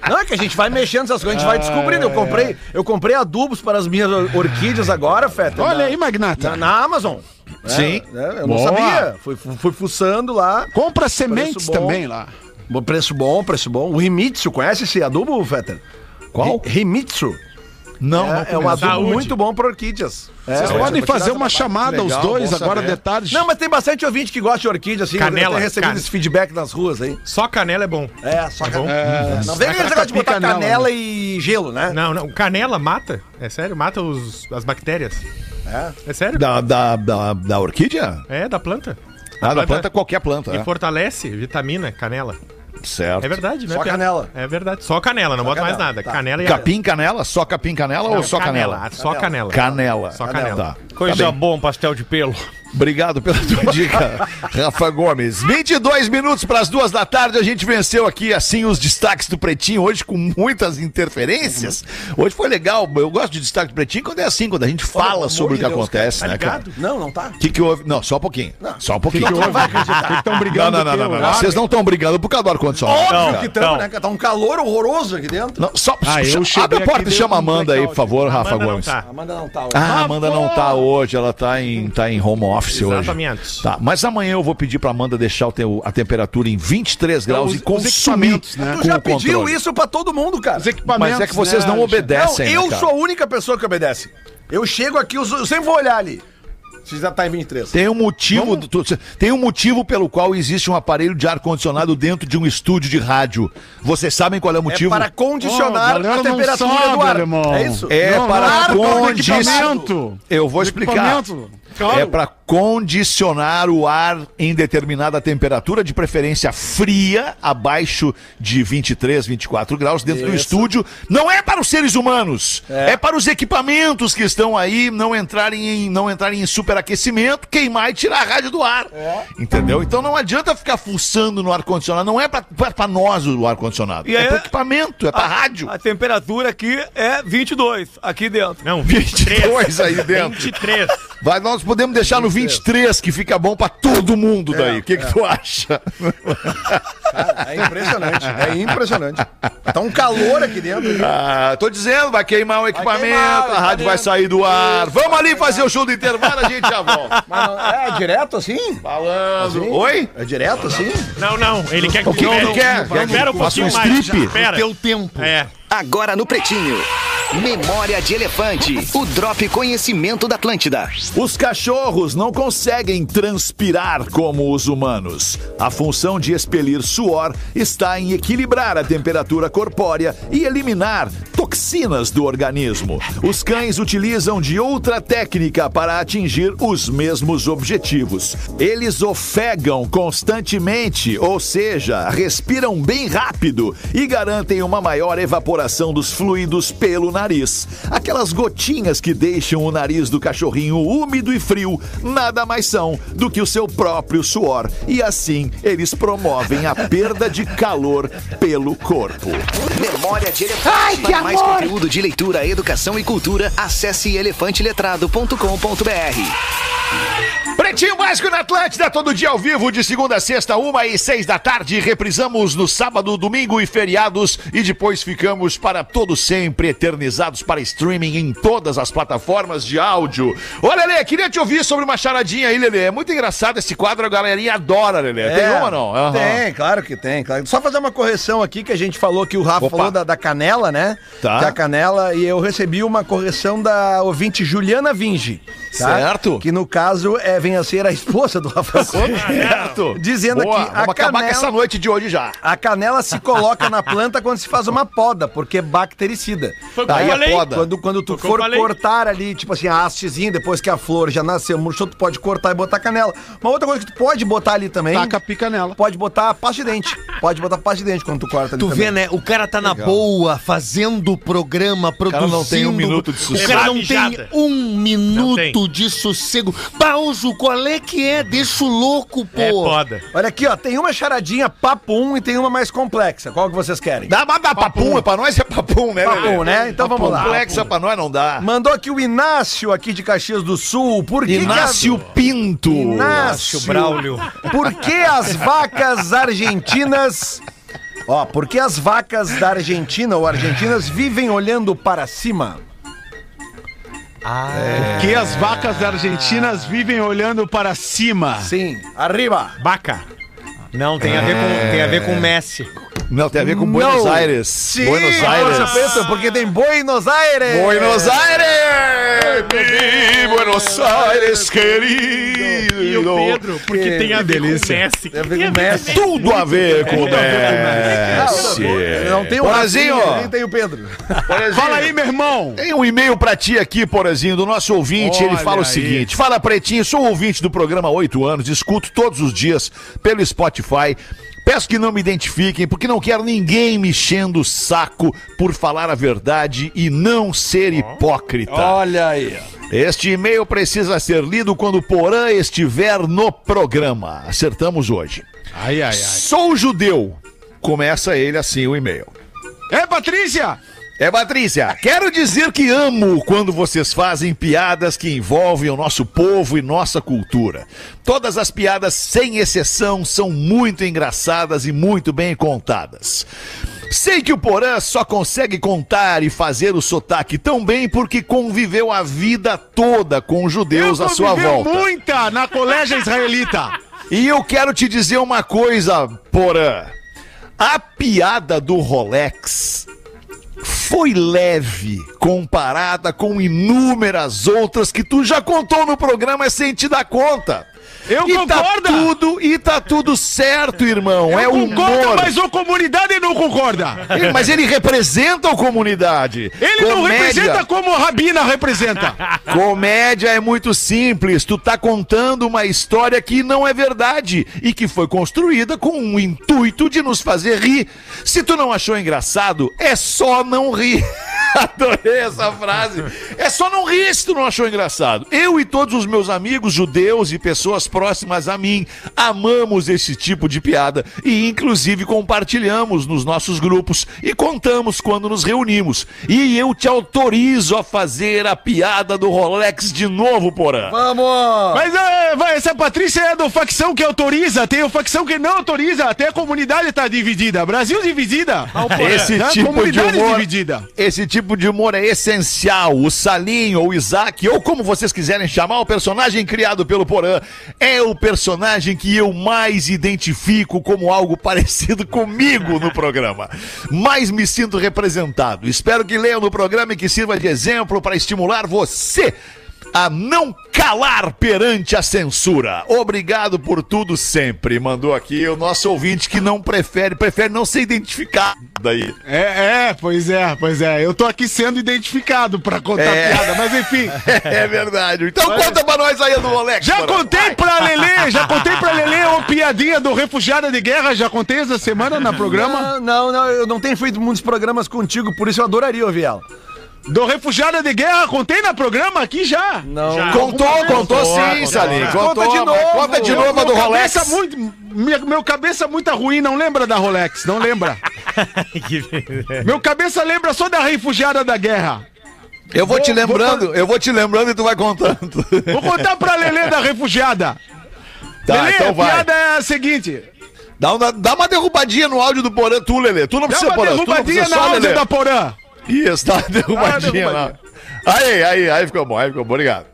Speaker 7: Não, é que a gente vai mexendo essas coisas, a gente vai descobrindo. Eu comprei, eu comprei adubos para as minhas or- orquídeas agora, Feta.
Speaker 5: Olha
Speaker 7: na-
Speaker 5: aí, magnata.
Speaker 7: Na, na Amazon.
Speaker 3: Sim.
Speaker 7: né? eu não
Speaker 5: Boa.
Speaker 7: sabia. Fui, fui, fui fuçando lá.
Speaker 5: Compra sementes
Speaker 7: bom.
Speaker 5: também lá.
Speaker 7: Bom, Preço bom, preço bom. O Rimitsu, conhece esse adubo, Fetter? Qual? Rimitsu.
Speaker 3: Não, não
Speaker 7: É, é um adubo
Speaker 8: Saúde.
Speaker 7: muito bom para orquídeas. É,
Speaker 5: Vocês
Speaker 7: olha,
Speaker 5: podem
Speaker 7: vou tirar
Speaker 5: fazer
Speaker 7: essa
Speaker 5: uma
Speaker 7: parte.
Speaker 5: chamada, os
Speaker 3: Legal,
Speaker 5: dois,
Speaker 3: bom
Speaker 5: agora
Speaker 3: saber.
Speaker 5: de tarde.
Speaker 7: Não, mas tem bastante ouvinte que gosta de orquídea, assim. Eu
Speaker 8: Canela,
Speaker 7: tenho recebido
Speaker 8: can-
Speaker 7: esse feedback nas ruas aí.
Speaker 8: Só canela é bom.
Speaker 7: É, só
Speaker 8: bom?
Speaker 7: canela. Não vem aquele negócio de botar
Speaker 5: Pica,
Speaker 7: canela,
Speaker 5: não, né?
Speaker 7: e gelo, né?
Speaker 8: Não, não. Canela mata? É sério? Mata os, as bactérias? É? É sério?
Speaker 3: Da, da, da, da orquídea?
Speaker 8: É, da planta.
Speaker 3: Ah, da planta, qualquer planta.
Speaker 8: E
Speaker 3: é.
Speaker 8: fortalece vitamina, canela.
Speaker 3: Certo.
Speaker 8: É verdade, né?
Speaker 7: Só
Speaker 8: Piá?
Speaker 7: canela.
Speaker 8: É verdade. Só canela, não bota mais
Speaker 7: canela,
Speaker 8: nada.
Speaker 7: tá.
Speaker 8: Canela e
Speaker 3: Capim, canela? Só capim, canela ou só canela?
Speaker 8: Ah, Só canela.
Speaker 3: Canela.
Speaker 8: Só canela.
Speaker 3: Tá.
Speaker 9: Coisa boa, um pastel de pelo.
Speaker 3: Obrigado pela tua dica, Rafa Gomes. 22 minutos para as duas da tarde, a gente venceu aqui assim os destaques do Pretinho hoje com muitas interferências. Hoje foi legal, eu gosto de destaque do Pretinho quando é assim, quando a gente fala
Speaker 7: amor
Speaker 3: sobre o
Speaker 7: de
Speaker 3: que
Speaker 7: Deus,
Speaker 3: acontece,
Speaker 8: Tá
Speaker 3: né, cara?
Speaker 8: ligado?
Speaker 7: Não, não tá.
Speaker 3: O que, que houve? Não, só um pouquinho. Só um pouquinho.
Speaker 5: Estão
Speaker 3: Não,
Speaker 5: brigando
Speaker 3: não, não, não,
Speaker 5: pelo-
Speaker 3: não, não. Vocês não estão brigando por causa do ar-condicionado.
Speaker 7: Óbvio
Speaker 3: cara.
Speaker 7: que tamo, né? cara? Tá um calor horroroso aqui dentro.
Speaker 3: Não, só,
Speaker 5: Ah, eu
Speaker 3: só-
Speaker 5: cheguei
Speaker 3: abre a
Speaker 5: aqui,
Speaker 3: porta e
Speaker 5: deu
Speaker 3: chama a
Speaker 5: um
Speaker 3: Amanda aí,
Speaker 5: blackout.
Speaker 3: por favor, Rafa
Speaker 8: Amanda não
Speaker 3: Gomes.
Speaker 8: tá.
Speaker 7: Amanda não tá.
Speaker 3: Ah, a Amanda não tá hoje, ela tá em, tá em home office hoje.
Speaker 8: Exatamente.
Speaker 3: Tá, mas amanhã eu vou pedir pra Amanda deixar o teu- a temperatura em 23 graus
Speaker 5: os-
Speaker 3: e consumir
Speaker 5: equipamentos, né?
Speaker 3: com
Speaker 7: Tu já
Speaker 3: o
Speaker 7: pediu
Speaker 3: controle.
Speaker 7: isso pra todo mundo, cara.
Speaker 5: Os equipamentos,
Speaker 3: Mas é que vocês
Speaker 5: né,
Speaker 3: não
Speaker 5: Alexandre?
Speaker 3: obedecem.
Speaker 7: não, eu
Speaker 3: né, cara?
Speaker 7: sou a única pessoa que obedece. Eu chego aqui, eu, sou- eu sempre vou olhar ali. Se já tá em 23.
Speaker 3: Tem um motivo, tu- tem um motivo pelo qual existe um aparelho de ar condicionado dentro de um estúdio de rádio. Vocês sabem qual é o
Speaker 7: É
Speaker 3: motivo?
Speaker 7: para condicionar
Speaker 5: Ô, galera,
Speaker 7: a
Speaker 5: não
Speaker 7: temperatura
Speaker 5: sabe,
Speaker 7: do ar.
Speaker 5: alemão.
Speaker 7: É isso?
Speaker 3: É
Speaker 5: Não,
Speaker 3: para
Speaker 5: não, não,
Speaker 3: condi-
Speaker 5: equipamento.
Speaker 3: Eu vou explicar.
Speaker 5: Equipamento, claro.
Speaker 3: É para condicionar o ar em determinada temperatura, de preferência fria, abaixo de 23, 24 graus, dentro do estúdio. Não é para os seres humanos, é. para os equipamentos que estão aí não entrarem em, não entrarem em superaquecimento, queimar e tirar a rádio do ar. Entendeu? Então não adianta ficar fuçando no ar-condicionado. Não é para nós o ar-condicionado.
Speaker 9: E aí-
Speaker 3: é para equipamento, é para rádio.
Speaker 9: A temperatura aqui é 22, aqui dentro.
Speaker 8: Não,
Speaker 3: 22
Speaker 8: 23.
Speaker 3: aí dentro.
Speaker 8: 23.
Speaker 3: Vai, nós podemos deixar no 23, que fica bom pra todo mundo daí. O que, que tu acha?
Speaker 7: É impressionante. É impressionante. Tá um calor aqui dentro.
Speaker 3: Ah, tô dizendo, vai queimar o equipamento,
Speaker 7: queimar o
Speaker 3: a rádio
Speaker 7: equipamento.
Speaker 3: vai sair do ar. Vamos ali fazer o show do intervalo, a gente já volta.
Speaker 7: Mas não- é direto assim?
Speaker 3: Falando. Oi?
Speaker 7: É direto assim?
Speaker 8: Não, não. Ele quer que
Speaker 3: O que
Speaker 8: espere-
Speaker 3: ele quer? Quer que
Speaker 8: Espera um
Speaker 3: eu faça um
Speaker 8: pouquinho mais.
Speaker 3: strip?
Speaker 8: Espera.
Speaker 10: Teu tempo.
Speaker 8: É.
Speaker 10: Agora no Pretinho. Memória de Elefante. O Drop Conhecimento da Atlântida.
Speaker 3: Os cachorros não conseguem transpirar como os humanos. A função de expelir suor está em equilibrar a temperatura corpórea e eliminar toxinas. toxinas do organismo. Os cães utilizam de outra técnica para atingir os mesmos objetivos. Eles ofegam constantemente, ou seja, respiram bem rápido e garantem uma maior evaporação dos fluidos pelo nariz. Aquelas gotinhas que deixam o nariz do cachorrinho úmido e frio nada mais são do que o seu próprio suor. E assim eles promovem a perda de calor pelo corpo.
Speaker 10: Memória de Elefante. Para mais conteúdo de leitura, educação e cultura, acesse elefanteletrado.com.br.
Speaker 3: Pretinho Básico na Atlântida, todo dia ao vivo, de segunda a sexta, uma e seis da tarde. Reprisamos no sábado, domingo e feriados. E depois ficamos para todo sempre eternizados para streaming em todas as plataformas de áudio. Ô, Lelê, queria te ouvir sobre uma charadinha aí, Lelê. É muito engraçado esse quadro, a galerinha adora, Lelê. Tem uma ou não? Aham.
Speaker 7: É, Tem, claro que tem. claro. Só fazer uma correção aqui que a gente falou que o Rafa
Speaker 3: Opa.
Speaker 7: falou da, da canela, né?
Speaker 3: Tá.
Speaker 7: Que a canela, e eu recebi uma correção da ouvinte Juliana Vinge. tá?
Speaker 3: Certo.
Speaker 7: Que no caso é venha a ser a esposa do Rafa Gomes.
Speaker 3: Certo.
Speaker 7: Dizendo
Speaker 3: Boa,
Speaker 7: aqui, a
Speaker 3: vamos acabar com
Speaker 7: canela-
Speaker 3: essa noite de hoje já.
Speaker 7: A canela se coloca na planta quando se faz uma poda, porque é bactericida.
Speaker 8: Foi o que eu
Speaker 7: Aí a
Speaker 8: falei.
Speaker 7: poda. Quando, quando tu
Speaker 8: Foi o que eu
Speaker 7: for
Speaker 8: falei.
Speaker 7: cortar ali, tipo assim, a hastezinha, depois que a flor já nasceu, murchou, tu pode cortar e botar canela. Uma outra coisa que tu pode botar ali também,
Speaker 5: Taca a pica nela.
Speaker 7: pode botar pasta de dente. Pode botar pasta de dente quando tu corta ali
Speaker 6: Tu
Speaker 7: também.
Speaker 6: vê, né? O cara tá na boa, fazendo o programa, produzindo.
Speaker 3: cara não tem um minuto de
Speaker 6: O
Speaker 3: sossego.
Speaker 6: cara não
Speaker 8: Mijada.
Speaker 6: tem um
Speaker 8: tem.
Speaker 6: minuto de sossego. Pauso, qual é que é? Deixa o louco, pô.
Speaker 8: É foda.
Speaker 7: Olha aqui, ó, tem uma charadinha papo 1 e tem uma mais complexa. Qual que vocês querem?
Speaker 3: Dá, mas dá papum, é pra nós é papum, né,
Speaker 7: Papo,
Speaker 3: Lelê?
Speaker 7: né? Então vamos lá.
Speaker 3: Complexa pra nós não dá.
Speaker 7: Mandou aqui o Inácio aqui de Caxias do Sul. Por que que a-
Speaker 3: Inácio Pinto.
Speaker 7: Inácio Braulio. Por que as vacas argentinas. Ó, por que as vacas da Argentina ou argentinas vivem olhando para cima?
Speaker 6: É.
Speaker 5: Que as vacas argentinas vivem olhando para cima.
Speaker 7: Sim, arriba.
Speaker 8: Baca.
Speaker 9: Não, tem a ver
Speaker 3: É.
Speaker 9: com, tem a ver com o Messi.
Speaker 3: Não, tem a ver com Buenos
Speaker 7: Não.
Speaker 3: Aires.
Speaker 7: Sim,
Speaker 3: Buenos Aires.
Speaker 7: nossa, Pedro, porque tem Buenos Aires.
Speaker 3: Buenos Aires! Mi Buenos Aires, querido!
Speaker 8: E o Pedro, porque tem a ver com o Messi.
Speaker 7: Tem a ver com o Messi.
Speaker 3: Tudo a ver com o Messi.
Speaker 7: Não tem o
Speaker 3: Porazinho.
Speaker 7: Rafinha, nem tem o Pedro.
Speaker 6: é
Speaker 5: Fala aí, meu irmão.
Speaker 3: Tem um e-mail pra ti aqui, Porazinho, do nosso ouvinte. ele
Speaker 5: Olha
Speaker 3: fala o
Speaker 5: aí.
Speaker 3: seguinte: Fala, Pretinho, sou um ouvinte do programa há oito anos, escuto todos os dias pelo Spotify. Peço que não me identifiquem, porque não quero ninguém mexendo o saco por falar a verdade e não ser hipócrita.
Speaker 7: Olha aí.
Speaker 3: Este e-mail precisa ser lido quando Porã estiver no programa. Acertamos hoje.
Speaker 5: Ai, ai,
Speaker 3: Sou judeu. Começa ele assim o e-mail.
Speaker 5: ai. É, Patrícia!
Speaker 3: É, Patrícia, quero dizer que amo quando vocês fazem piadas que envolvem o nosso povo e nossa cultura. Todas as piadas, sem exceção, são muito engraçadas e muito bem contadas. Sei que o Porã só consegue contar e fazer o sotaque tão bem porque conviveu a vida toda com judeus à sua
Speaker 5: conviveu
Speaker 3: volta.
Speaker 5: muita na colégio israelita.
Speaker 3: E eu quero te dizer uma coisa, Porã. A piada do Rolex foi leve comparada com inúmeras outras que tu já contou no programa sem te dar conta.
Speaker 5: Eu
Speaker 3: e
Speaker 5: concordo.
Speaker 3: Tá tudo, e tá tudo certo, irmão. é
Speaker 5: Eu concordo,
Speaker 3: humor.
Speaker 5: mas a comunidade não concorda.
Speaker 3: Ele- mas ele representa a comunidade.
Speaker 5: Ele não
Speaker 3: Comédia-
Speaker 5: representa como a Rabina representa.
Speaker 3: Comédia é muito simples. Tu tá contando uma história que não é verdade e que foi construída com o intuito de nos fazer rir. Se tu não achou engraçado, é só não rir. Adorei essa frase. É só não rir se tu não achou engraçado. Eu e todos os meus amigos judeus e pessoas próximas a mim amamos esse tipo de piada e inclusive compartilhamos nos nossos grupos e contamos quando nos reunimos. E eu te autorizo a fazer a piada do Rolex de novo, Porã.
Speaker 7: Vamos.
Speaker 5: Mas é, vai, essa Patrícia é do facção que autoriza, tem o facção que não autoriza, até a comunidade tá dividida. Brasil dividida.
Speaker 3: Esse
Speaker 7: é.
Speaker 5: Né?
Speaker 3: tipo de
Speaker 5: comunidade
Speaker 3: humor,
Speaker 5: dividida.
Speaker 3: esse tipo de humor é essencial. O Salim ou o Isaac, ou como vocês quiserem chamar, o personagem criado pelo Porã, é o personagem que eu mais identifico como algo parecido comigo no programa. Mais me sinto representado. Espero que leiam no programa e que sirva de exemplo para estimular você a não calar perante a censura. Obrigado por tudo sempre. Mandou aqui o nosso ouvinte que não prefere, prefere não ser identificado. daí.
Speaker 5: É, é, pois é, pois é. Eu tô aqui sendo identificado pra contar
Speaker 3: É.
Speaker 5: piada, mas enfim.
Speaker 3: É verdade. Então conta pra nós aí do Rolex.
Speaker 5: Já
Speaker 3: Porã.
Speaker 5: contei pra Lelê, já contei pra Lelê ô piadinha do refugiado de guerra, já contei essa semana no programa.
Speaker 7: Não, não, não, eu não tenho feito muitos programas contigo, por isso eu adoraria ouvir ela.
Speaker 5: Do refugiado de guerra, contei no programa aqui já.
Speaker 7: Não.
Speaker 8: Já.
Speaker 3: Contou, contou, sim, Salim. Contou,
Speaker 7: Conta de novo.
Speaker 3: Conta de
Speaker 5: Eu-
Speaker 3: novo a do
Speaker 5: meu
Speaker 3: Rolex.
Speaker 5: Cabeça muito, minha- meu cabeça muito ruim, não lembra da Rolex, não lembra. meu cabeça lembra só da refugiada da guerra.
Speaker 3: Eu vou te lembrando, eu vou te lembrando e tu vai contando.
Speaker 5: Vou contar pra Lelê da refugiada.
Speaker 3: Tá,
Speaker 5: Lelê,
Speaker 3: então
Speaker 5: a
Speaker 3: vai.
Speaker 5: piada é a seguinte.
Speaker 3: Dá uma, dá uma derrubadinha no áudio do Porã, tu, Lelê. Tu não
Speaker 5: Dá
Speaker 3: precisa,
Speaker 5: uma
Speaker 3: Porã. Tu não
Speaker 5: derrubadinha
Speaker 3: precisa
Speaker 5: na
Speaker 3: só, Lelê.
Speaker 5: áudio da Porã.
Speaker 3: Isso, dá uma derrubadinha
Speaker 5: Dá uma
Speaker 3: lá. Aí, aí, aí ficou bom, aí ficou bom. Obrigado.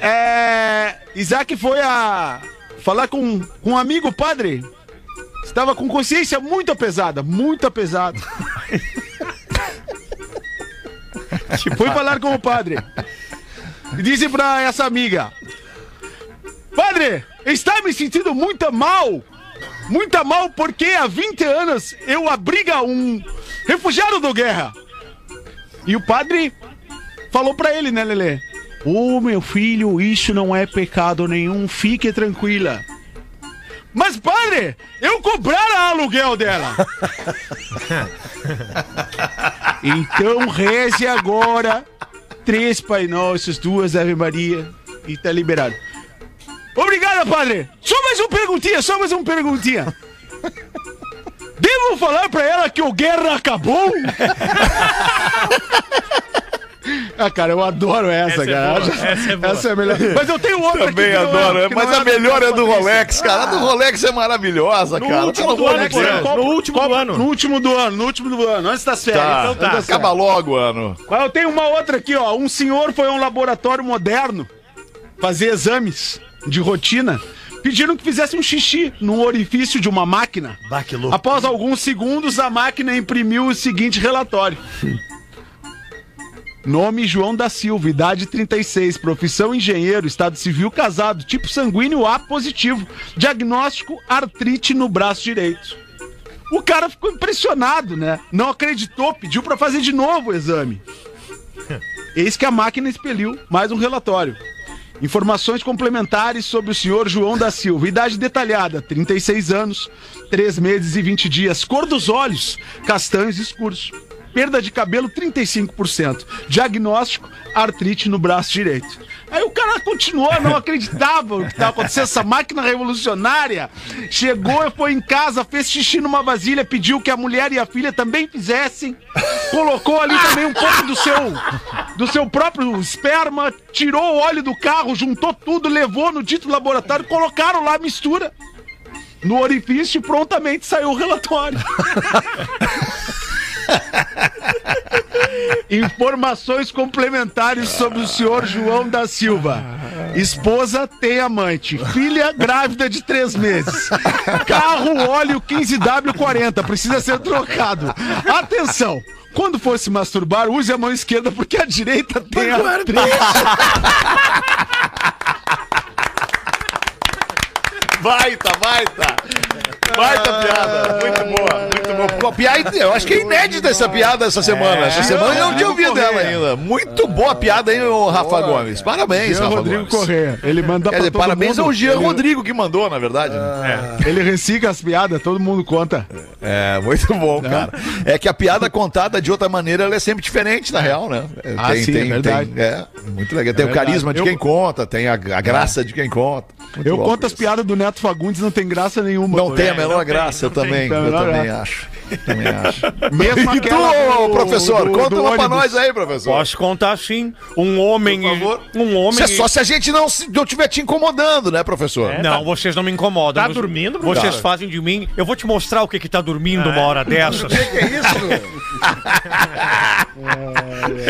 Speaker 5: É, Isaac foi a falar com, com um amigo padre. Estava com consciência muito pesada, muito pesada. Fui falar com o padre. E disse pra essa amiga: Padre, está me sentindo muito mal. Muito mal porque há 20 anos eu abriga um refugiado do guerra. E o padre falou pra ele, né, Lelê? Ô meu filho, isso não é pecado nenhum, fique tranquila. Mas padre, eu cobrara aluguel dela. então reze agora três Pai Nossos, duas Ave Maria e tá liberado. Obrigado, padre. Só mais uma perguntinha, só mais uma perguntinha. Devo falar pra ela que o guerra acabou? Ah, cara, eu adoro
Speaker 8: Essa
Speaker 5: essa,
Speaker 8: é
Speaker 5: cara.
Speaker 8: boa, essa é boa.
Speaker 5: a melhor. Mas eu tenho outra aqui
Speaker 3: Também
Speaker 5: que não é-
Speaker 3: adoro,
Speaker 5: que
Speaker 3: mas
Speaker 5: não
Speaker 3: a melhor é do
Speaker 5: Patrícia.
Speaker 3: Rolex, cara. A do Rolex é maravilhosa,
Speaker 5: Ah. No
Speaker 3: cara. Tá,
Speaker 5: último
Speaker 3: Pelo
Speaker 5: do
Speaker 3: amor
Speaker 5: ano,
Speaker 3: de Deus.
Speaker 8: Porã.
Speaker 5: Porã.
Speaker 8: No último do ano.
Speaker 5: No último do ano, no último do ano, antes das férias.
Speaker 3: Tá,
Speaker 5: Então tá.
Speaker 3: acaba logo, ano.
Speaker 5: Mas eu tenho uma outra aqui, ó. Um senhor foi a um laboratório moderno fazer exames de rotina. Pediram que fizesse um xixi num orifício de uma máquina.
Speaker 6: Bah, que louco.
Speaker 5: Após alguns segundos, a máquina imprimiu o seguinte relatório. Nome João da Silva, idade 36, profissão engenheiro, estado civil casado, tipo sanguíneo A positivo, diagnóstico artrite no braço direito. O cara ficou impressionado, né? Não acreditou, pediu pra fazer de novo o exame. Eis que a máquina expeliu mais um relatório. Informações complementares sobre o senhor João da Silva. Idade detalhada: 36 anos, 3 meses e 20 dias. Cor dos olhos: castanhos escuros. Perda de cabelo: 35%. Diagnóstico: artrite no braço direito. Aí o cara continuou, não acreditava o que estava acontecendo. Essa máquina revolucionária chegou, foi em casa, fez xixi numa vasilha, pediu que a mulher e a filha também fizessem. Colocou ali também um pouco do seu do seu próprio esperma, tirou o óleo do carro, juntou tudo, levou no dito laboratório, colocaram lá a mistura no orifício e prontamente saiu o relatório. Informações complementares sobre o senhor João da Silva. Esposa tem amante. Filha grávida de três meses. Carro óleo 15W40. Precisa ser trocado. Atenção! Quando for se masturbar, use a mão esquerda porque a direita tem a
Speaker 3: Baita, baita. Baita
Speaker 5: Ah,
Speaker 3: piada. Muito
Speaker 5: é.
Speaker 3: boa, muito boa. Ficou piada, eu acho que é inédita essa piada essa semana. Essa semana eu não tinha ouvido ela ainda. Muito boa piada, hein, ô Rafa Gomes. Parabéns,
Speaker 5: Ah, Jean
Speaker 3: Rafa
Speaker 5: Rodrigo
Speaker 3: Gomes.
Speaker 5: Correia. Ele manda
Speaker 3: Quer
Speaker 5: pra
Speaker 3: dizer,
Speaker 5: todo
Speaker 3: parabéns
Speaker 5: mundo.
Speaker 3: ao Jean
Speaker 5: Ele- Ah.
Speaker 3: Rodrigo que mandou, na verdade. né?
Speaker 5: Ele recicla as piadas, todo mundo conta.
Speaker 3: É, muito bom,
Speaker 5: Né?
Speaker 3: cara. É que a piada contada de outra maneira, ela é sempre diferente, na real, né? É,
Speaker 5: Ah, sim, é verdade.
Speaker 3: é, muito legal. Tem o
Speaker 5: verdade.
Speaker 3: carisma de
Speaker 5: Eu- É.
Speaker 3: quem conta, tem a, a graça de quem conta. Muito
Speaker 5: Eu
Speaker 3: bom,
Speaker 5: conto as
Speaker 3: isso.
Speaker 5: piadas do Neto Fagundes, não tem graça nenhuma.
Speaker 3: Não
Speaker 5: Pô.
Speaker 3: tem né? a
Speaker 5: É,
Speaker 3: menor graça, eu também,
Speaker 5: tem a
Speaker 3: eu
Speaker 5: menor
Speaker 3: também
Speaker 5: graça.
Speaker 3: acho. Também acho.
Speaker 5: Mesmo
Speaker 3: E
Speaker 5: aquela
Speaker 3: tu,
Speaker 5: do-
Speaker 3: professor,
Speaker 5: do-
Speaker 3: conta
Speaker 5: do
Speaker 3: uma pra
Speaker 5: ônibus.
Speaker 3: nós aí, professor.
Speaker 9: Posso contar sim. Um homem.
Speaker 3: Por favor.
Speaker 9: Um homem.
Speaker 3: Isso é só se a gente não se- não estiver te incomodando, né, professor?
Speaker 8: É.
Speaker 9: Não, vocês não me incomodam.
Speaker 8: Tá
Speaker 9: Vocês-
Speaker 8: dormindo, Bruno?
Speaker 9: Vocês fazem de mim. Eu vou te mostrar o que que tá dormindo uma hora dessas.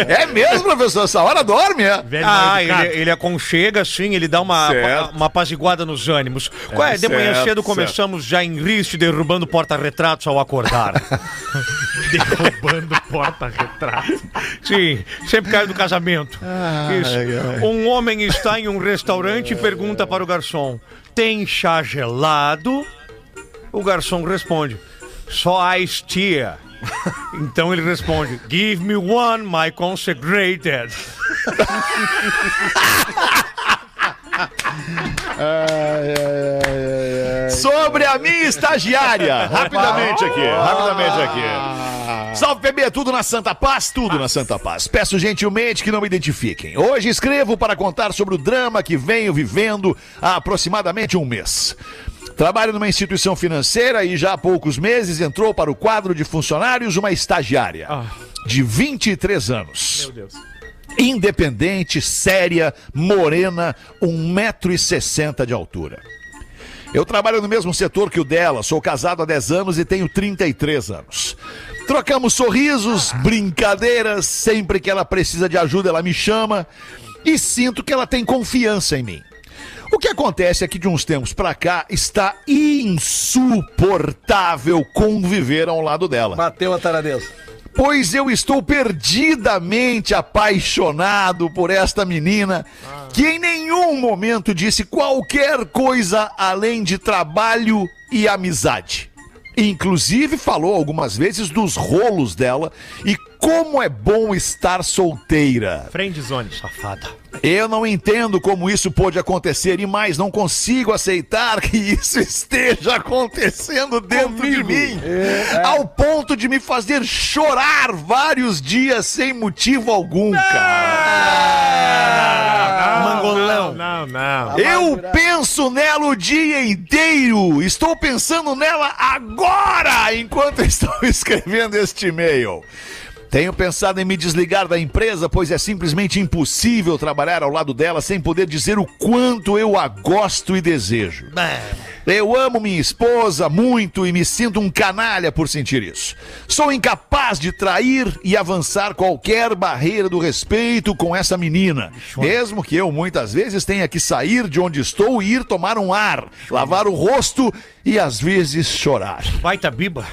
Speaker 3: É mesmo, professor? Essa hora dorme, é?
Speaker 8: Velho mal
Speaker 9: Ah,
Speaker 8: educado.
Speaker 9: ele, ele aconchega, sim, ele dá uma,
Speaker 3: Certo.
Speaker 9: uma apaziguada nos ânimos. Qual é? De manhã
Speaker 3: certo,
Speaker 9: cedo começamos já em riste, derrubando porta-retratos ao acordar.
Speaker 8: derrubando porta-retrato.
Speaker 9: sim, sempre cai do casamento. Isso. Um homem está em um restaurante e pergunta para o garçom: tem chá gelado? O garçom responde: só ice tea. Então ele responde: Give me one, my consecrated.
Speaker 3: Sobre a minha estagiária. Rapidamente aqui,
Speaker 5: é. Ah.
Speaker 3: rapidamente aqui. Salve, bebê, tudo na Santa Paz? Tudo
Speaker 5: Ah.
Speaker 3: na Santa Paz. Peço gentilmente que não me identifiquem. Hoje escrevo para contar sobre o drama que venho vivendo há aproximadamente um mês. Trabalho numa instituição financeira e já há poucos meses entrou para o quadro de funcionários uma estagiária
Speaker 5: Ah.
Speaker 3: de 23 anos. Meu Deus. Independente, séria, morena, 1,60m de altura. Eu trabalho no mesmo setor que o dela, sou casado há 10 anos e tenho 33 anos. Trocamos sorrisos, brincadeiras, sempre que ela precisa de ajuda, ela me chama e sinto que ela tem confiança em mim. O que acontece é que de uns tempos pra cá está insuportável conviver ao lado dela
Speaker 7: Bateu a taradeza.
Speaker 3: pois eu estou perdidamente apaixonado por esta menina que em nenhum momento disse qualquer coisa além de trabalho e amizade. Inclusive falou algumas vezes dos rolos dela e como é bom estar solteira.
Speaker 8: Friendzone. Safada.
Speaker 3: Eu não entendo como isso pôde acontecer e mais, não consigo aceitar que isso esteja acontecendo dentro de mim. Ao ponto de me fazer chorar vários dias sem motivo algum, cara.
Speaker 9: Mangolão.
Speaker 8: Não, não.
Speaker 3: Eu penso nela o dia inteiro. Estou pensando nela agora, enquanto estou escrevendo este e-mail. Tenho pensado em me desligar da empresa, pois é simplesmente impossível trabalhar ao lado dela sem poder dizer o quanto eu a gosto e desejo. Eu amo minha esposa muito e me sinto um canalha por sentir isso. Sou incapaz de trair e avançar qualquer barreira do respeito com essa menina. Mesmo que eu muitas vezes tenha que sair de onde estou e ir tomar um ar, lavar o rosto e às vezes chorar.
Speaker 9: Baita biba.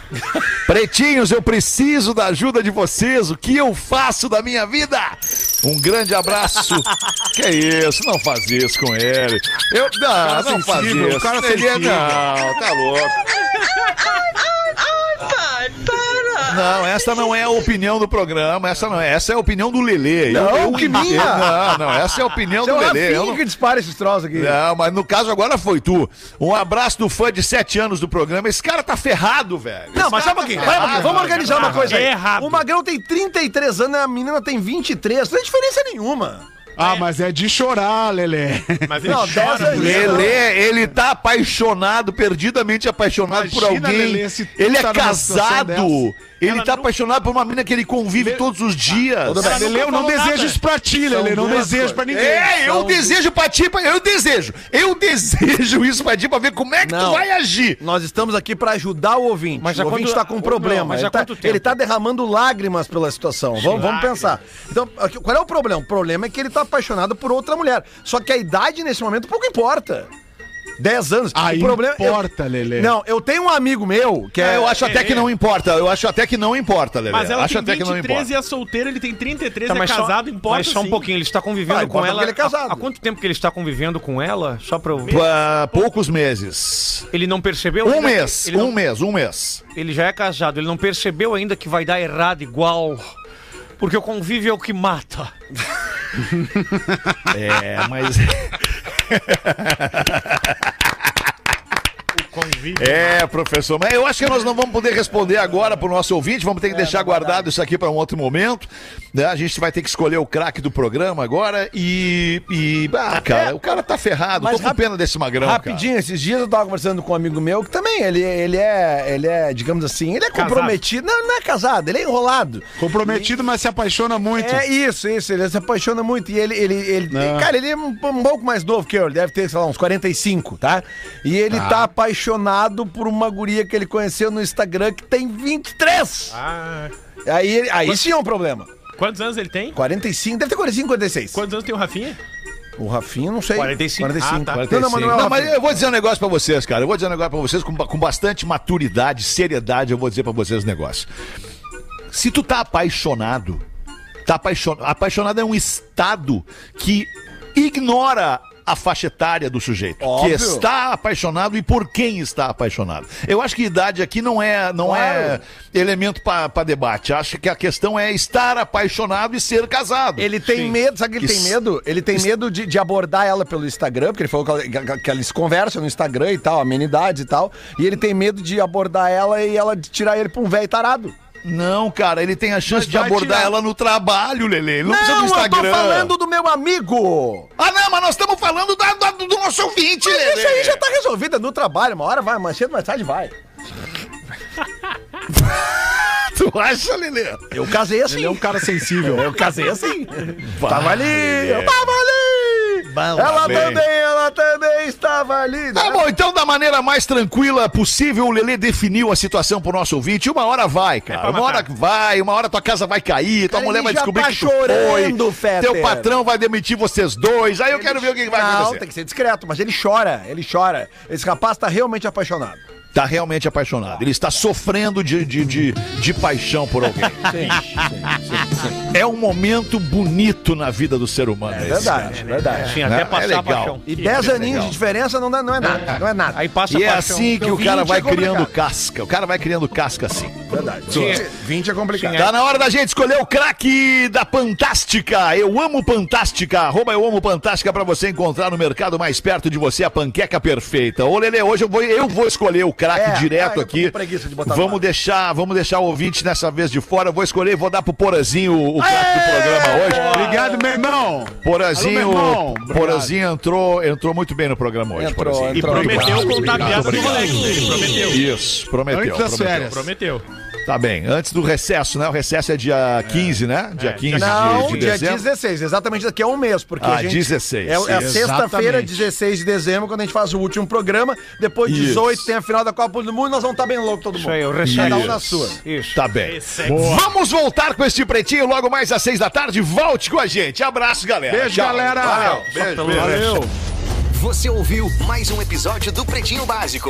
Speaker 3: Pretinhos, eu preciso da ajuda de vocês. O que eu faço da minha vida? Um grande abraço. que isso? Não faz isso com ele. Eu ah, não, não faz
Speaker 8: sensível,
Speaker 3: isso.
Speaker 8: um cara
Speaker 3: ele é,
Speaker 8: sensível.
Speaker 3: não, tá louco. Não, essa não é a opinião do programa, essa não é, essa é a opinião do Lelê.
Speaker 7: Não, que minha.
Speaker 3: não, não, essa é a opinião
Speaker 7: Seu
Speaker 3: do Lelê. Eu
Speaker 7: Rafinha
Speaker 3: não-
Speaker 7: que dispara esses troços aqui.
Speaker 3: não, mas no caso agora foi tu. Um abraço do fã de 7 anos do programa. Esse cara tá ferrado, velho.
Speaker 7: Não, mas sabe um pouquinho, vai, um pouquinho, vamos organizar uma coisa aí.
Speaker 8: É errado.
Speaker 7: O Magrão tem 33 anos e a menina tem 23. Não tem diferença nenhuma.
Speaker 5: Ah, mas é de chorar, Lelê.
Speaker 8: Mas ele
Speaker 7: Não,
Speaker 8: chora.
Speaker 7: dessa-
Speaker 3: Lelê, ele tá apaixonado, perdidamente apaixonado
Speaker 5: Imagina,
Speaker 3: por alguém.
Speaker 5: Lelê, se tu
Speaker 3: ele é
Speaker 5: tá numa situação
Speaker 3: casado.
Speaker 5: dessa.
Speaker 3: Ele tá apaixonado por uma menina que ele convive todos os dias.
Speaker 5: Mas, Lelê, eu não
Speaker 8: falou
Speaker 5: desejo
Speaker 8: nada.
Speaker 5: isso pra ti, Lelê. Não desejo pra ninguém.
Speaker 3: É, eu desejo pra ti, pra- eu desejo. Eu desejo isso pra ti pra ver como é que tu
Speaker 7: Não.
Speaker 3: vai agir.
Speaker 7: Nós estamos aqui pra ajudar o ouvinte.
Speaker 9: Mas
Speaker 7: o
Speaker 9: há
Speaker 7: ouvinte
Speaker 9: quanto-
Speaker 7: está com um
Speaker 9: Não,
Speaker 7: problema.
Speaker 9: mas há
Speaker 7: ele, tá,
Speaker 9: quanto tempo?
Speaker 7: ele tá derramando lágrimas pela situação. Vamos, vamos pensar. Então, aqui, qual é o problema? O problema é que ele tá apaixonado por outra mulher. Só que a idade nesse momento pouco importa. 10 anos.
Speaker 5: Aí
Speaker 7: o problema é
Speaker 5: importa,
Speaker 7: eu,
Speaker 5: Lelê.
Speaker 7: Não, eu tenho um amigo meu que
Speaker 3: É,
Speaker 9: Ah,
Speaker 7: é.
Speaker 3: eu acho até que não importa. Eu acho até que não importa, Lelê.
Speaker 8: Mas ela
Speaker 3: acho
Speaker 8: tem
Speaker 3: até que não
Speaker 8: 23
Speaker 3: importa.
Speaker 8: e é solteira, ele tem 33,
Speaker 9: Tá,
Speaker 8: é
Speaker 9: mas só-
Speaker 8: casado, importa
Speaker 9: Mas só um
Speaker 8: sim.
Speaker 9: pouquinho, ele está convivendo
Speaker 7: Ah,
Speaker 9: com
Speaker 7: importa
Speaker 9: ela.
Speaker 7: porque ele é casado.
Speaker 9: Há, há quanto tempo que ele está convivendo com ela? Só pra eu ver.
Speaker 3: Pá, poucos meses.
Speaker 9: Ele não percebeu?
Speaker 3: Um
Speaker 9: ainda-
Speaker 3: mês,
Speaker 9: ele não-
Speaker 3: um mês, um mês.
Speaker 9: Ele já é casado, ele não percebeu ainda que vai dar errado igual. Porque o convívio é o que mata.
Speaker 3: É, mas.
Speaker 8: Convite.
Speaker 3: É, professor, mas eu acho que nós não vamos poder responder agora pro nosso ouvinte, vamos ter que deixar guardado isso aqui para um outro momento. né? A gente vai ter que escolher o craque do programa agora e. e ah, cara, o cara tá ferrado,
Speaker 7: Mas
Speaker 3: tô com
Speaker 7: rapi-
Speaker 3: pena desse magrão. cara.
Speaker 7: Rapidinho, esses dias eu tava conversando com um amigo meu que também, ele, ele é, ele é, digamos assim, ele é
Speaker 8: Casado.
Speaker 7: comprometido. Não, não é casado, ele é enrolado.
Speaker 5: Comprometido, mas se apaixona muito.
Speaker 7: É isso, isso, ele se apaixona muito. E ele, ele, ele
Speaker 5: Não.
Speaker 3: Ah.
Speaker 7: cara, ele é um, um pouco mais novo que eu, ele deve ter, sei lá, uns 45, tá? E ele tá apaixonado por uma guria que ele conheceu no Instagram que tem 23.
Speaker 8: Ah,
Speaker 7: Aí, ele- aí sim é um problema.
Speaker 8: quantos anos ele tem?
Speaker 7: 45, deve ter 45, 46.
Speaker 8: Quantos anos tem o Rafinha?
Speaker 7: O Rafinha, não sei.
Speaker 9: 45.
Speaker 7: 45.
Speaker 8: Ah, tá.
Speaker 7: Não, não, mas não é o
Speaker 3: Não,
Speaker 7: Rafinha.
Speaker 3: mas eu vou dizer um negócio pra vocês, cara. Eu vou dizer um negócio pra vocês com, ba- com bastante maturidade, seriedade. Eu vou dizer pra vocês um negócio. Se tu tá apaixonado, tá apaixonado, apaixonado é um estado que ignora a faixa etária do sujeito.
Speaker 7: Óbvio.
Speaker 3: Que está apaixonado e por quem está apaixonado. Eu acho que idade aqui não é, não é elemento para debate. Acho que a questão é estar apaixonado e ser casado.
Speaker 7: Ele tem medo, sabe que ele tem
Speaker 3: Isso.
Speaker 7: medo? Ele tem medo de, de abordar ela pelo Instagram, porque ele falou que, ela- que- que eles conversam no Instagram e tal, amenidades e tal. E ele tem medo de abordar ela e ela de tirar ele pra um velho tarado.
Speaker 3: Não, cara, ele tem a chance de
Speaker 7: vai
Speaker 3: abordar
Speaker 7: tirar.
Speaker 3: ela no trabalho, Lele. Ele não, precisa do
Speaker 7: eu
Speaker 3: Instagram.
Speaker 7: tô falando do meu amigo!
Speaker 3: Ah, não, mas nós estamos falando da- da- do nosso ouvinte, Lelê.
Speaker 7: Isso aí já tá resolvido, é no trabalho. Uma hora vai, mais cedo, mais tarde vai.
Speaker 3: Tu acha, Lelê?
Speaker 7: Eu casei assim.
Speaker 5: Ele é um cara sensível.
Speaker 7: Eu casei assim. tava ali, eu tava ali. ela
Speaker 3: bem.
Speaker 7: também, ela também estava ali.
Speaker 3: Tá
Speaker 7: né?
Speaker 3: bom, então da maneira mais tranquila possível, o Lelê definiu a situação pro nosso ouvinte. Uma hora vai, cara. uma hora vai, uma hora tua casa vai cair, tua
Speaker 7: Cara,
Speaker 3: mulher
Speaker 7: ele
Speaker 3: vai
Speaker 7: já
Speaker 3: descobrir
Speaker 7: tá
Speaker 3: que tu
Speaker 7: chorando,
Speaker 3: foi.
Speaker 7: Fetter.
Speaker 3: Teu patrão vai demitir vocês dois. Aí eu quero ver o que que vai
Speaker 7: Não,
Speaker 3: acontecer.
Speaker 7: tem que ser discreto, mas ele chora, ele chora. Esse rapaz tá realmente apaixonado.
Speaker 3: Tá realmente apaixonado. Ele está sofrendo de, de, de, de paixão por alguém. É um momento bonito na vida do ser humano. esse.
Speaker 7: É Verdade, verdade.
Speaker 9: Sim, até
Speaker 3: É
Speaker 9: passar a
Speaker 3: legal.
Speaker 9: paixão.
Speaker 7: E 10 aninhos de diferença não, dá, não é nada, não é nada.
Speaker 9: Aí passa
Speaker 3: E
Speaker 9: a
Speaker 3: é
Speaker 9: paixão.
Speaker 3: assim que o cara
Speaker 7: 20
Speaker 3: vai
Speaker 7: é complicado.
Speaker 3: criando casca. O cara vai criando casca assim.
Speaker 7: Verdade.
Speaker 9: Sim.
Speaker 7: 20 é complicado.
Speaker 3: Tá na hora da gente escolher o craque da Fantástica. Eu amo Fantástica. Arroba eu amo Fantástica pra você encontrar no mercado mais perto de você a panqueca perfeita. Ô Lele, hoje eu vou, eu vou escolher o craque
Speaker 7: É, ah, eu
Speaker 3: direto
Speaker 7: tô
Speaker 3: aqui.
Speaker 7: com preguiça de botar no
Speaker 3: Vamos
Speaker 7: ar.
Speaker 3: deixar, vamos deixar o ouvinte nessa vez de fora. Eu vou escolher, vou dar pro Porazinho o, o craque do programa hoje.
Speaker 5: Obrigado, meu irmão.
Speaker 3: Porazinho,
Speaker 5: Alô, meu irmão. Obrigado.
Speaker 3: Porazinho entrou, entrou muito bem no programa hoje,
Speaker 7: Entrou,
Speaker 3: Porazinho.
Speaker 8: E
Speaker 7: Pronto,
Speaker 8: prometeu contar piada do moleque. Ele prometeu.
Speaker 3: Isso, prometeu.
Speaker 5: Antes das
Speaker 3: prometeu.
Speaker 5: férias.
Speaker 8: Prometeu.
Speaker 3: Tá bem, antes do recesso, né? O recesso é dia 15, né? Dia 15 de-
Speaker 7: Não,
Speaker 3: de,
Speaker 7: dia
Speaker 3: dezembro.
Speaker 7: 16, exatamente daqui a um mês, porque
Speaker 3: Ah,
Speaker 7: a gente...
Speaker 3: 16.
Speaker 7: É, é a
Speaker 3: Isso.
Speaker 7: sexta-feira,
Speaker 5: Exatamente.
Speaker 7: 16 de dezembro, quando a gente faz o último programa. Depois de
Speaker 3: Isso.
Speaker 7: 18 tem a final da Copa do Mundo, nós vamos estar bem louco todo mundo.
Speaker 9: Isso aí, o
Speaker 7: Cada
Speaker 9: recheio.
Speaker 7: um na sua.
Speaker 9: Isso.
Speaker 3: Tá bem.
Speaker 8: Esse é
Speaker 3: Vamos voltar com este pretinho logo mais às 6 da tarde. Volte com a gente. Abraço, galera.
Speaker 5: Beijo,
Speaker 3: Tchau.
Speaker 5: galera.
Speaker 3: Valeu. Beijo, beijo.
Speaker 5: Valeu.
Speaker 10: Você ouviu mais um episódio do Pretinho Básico.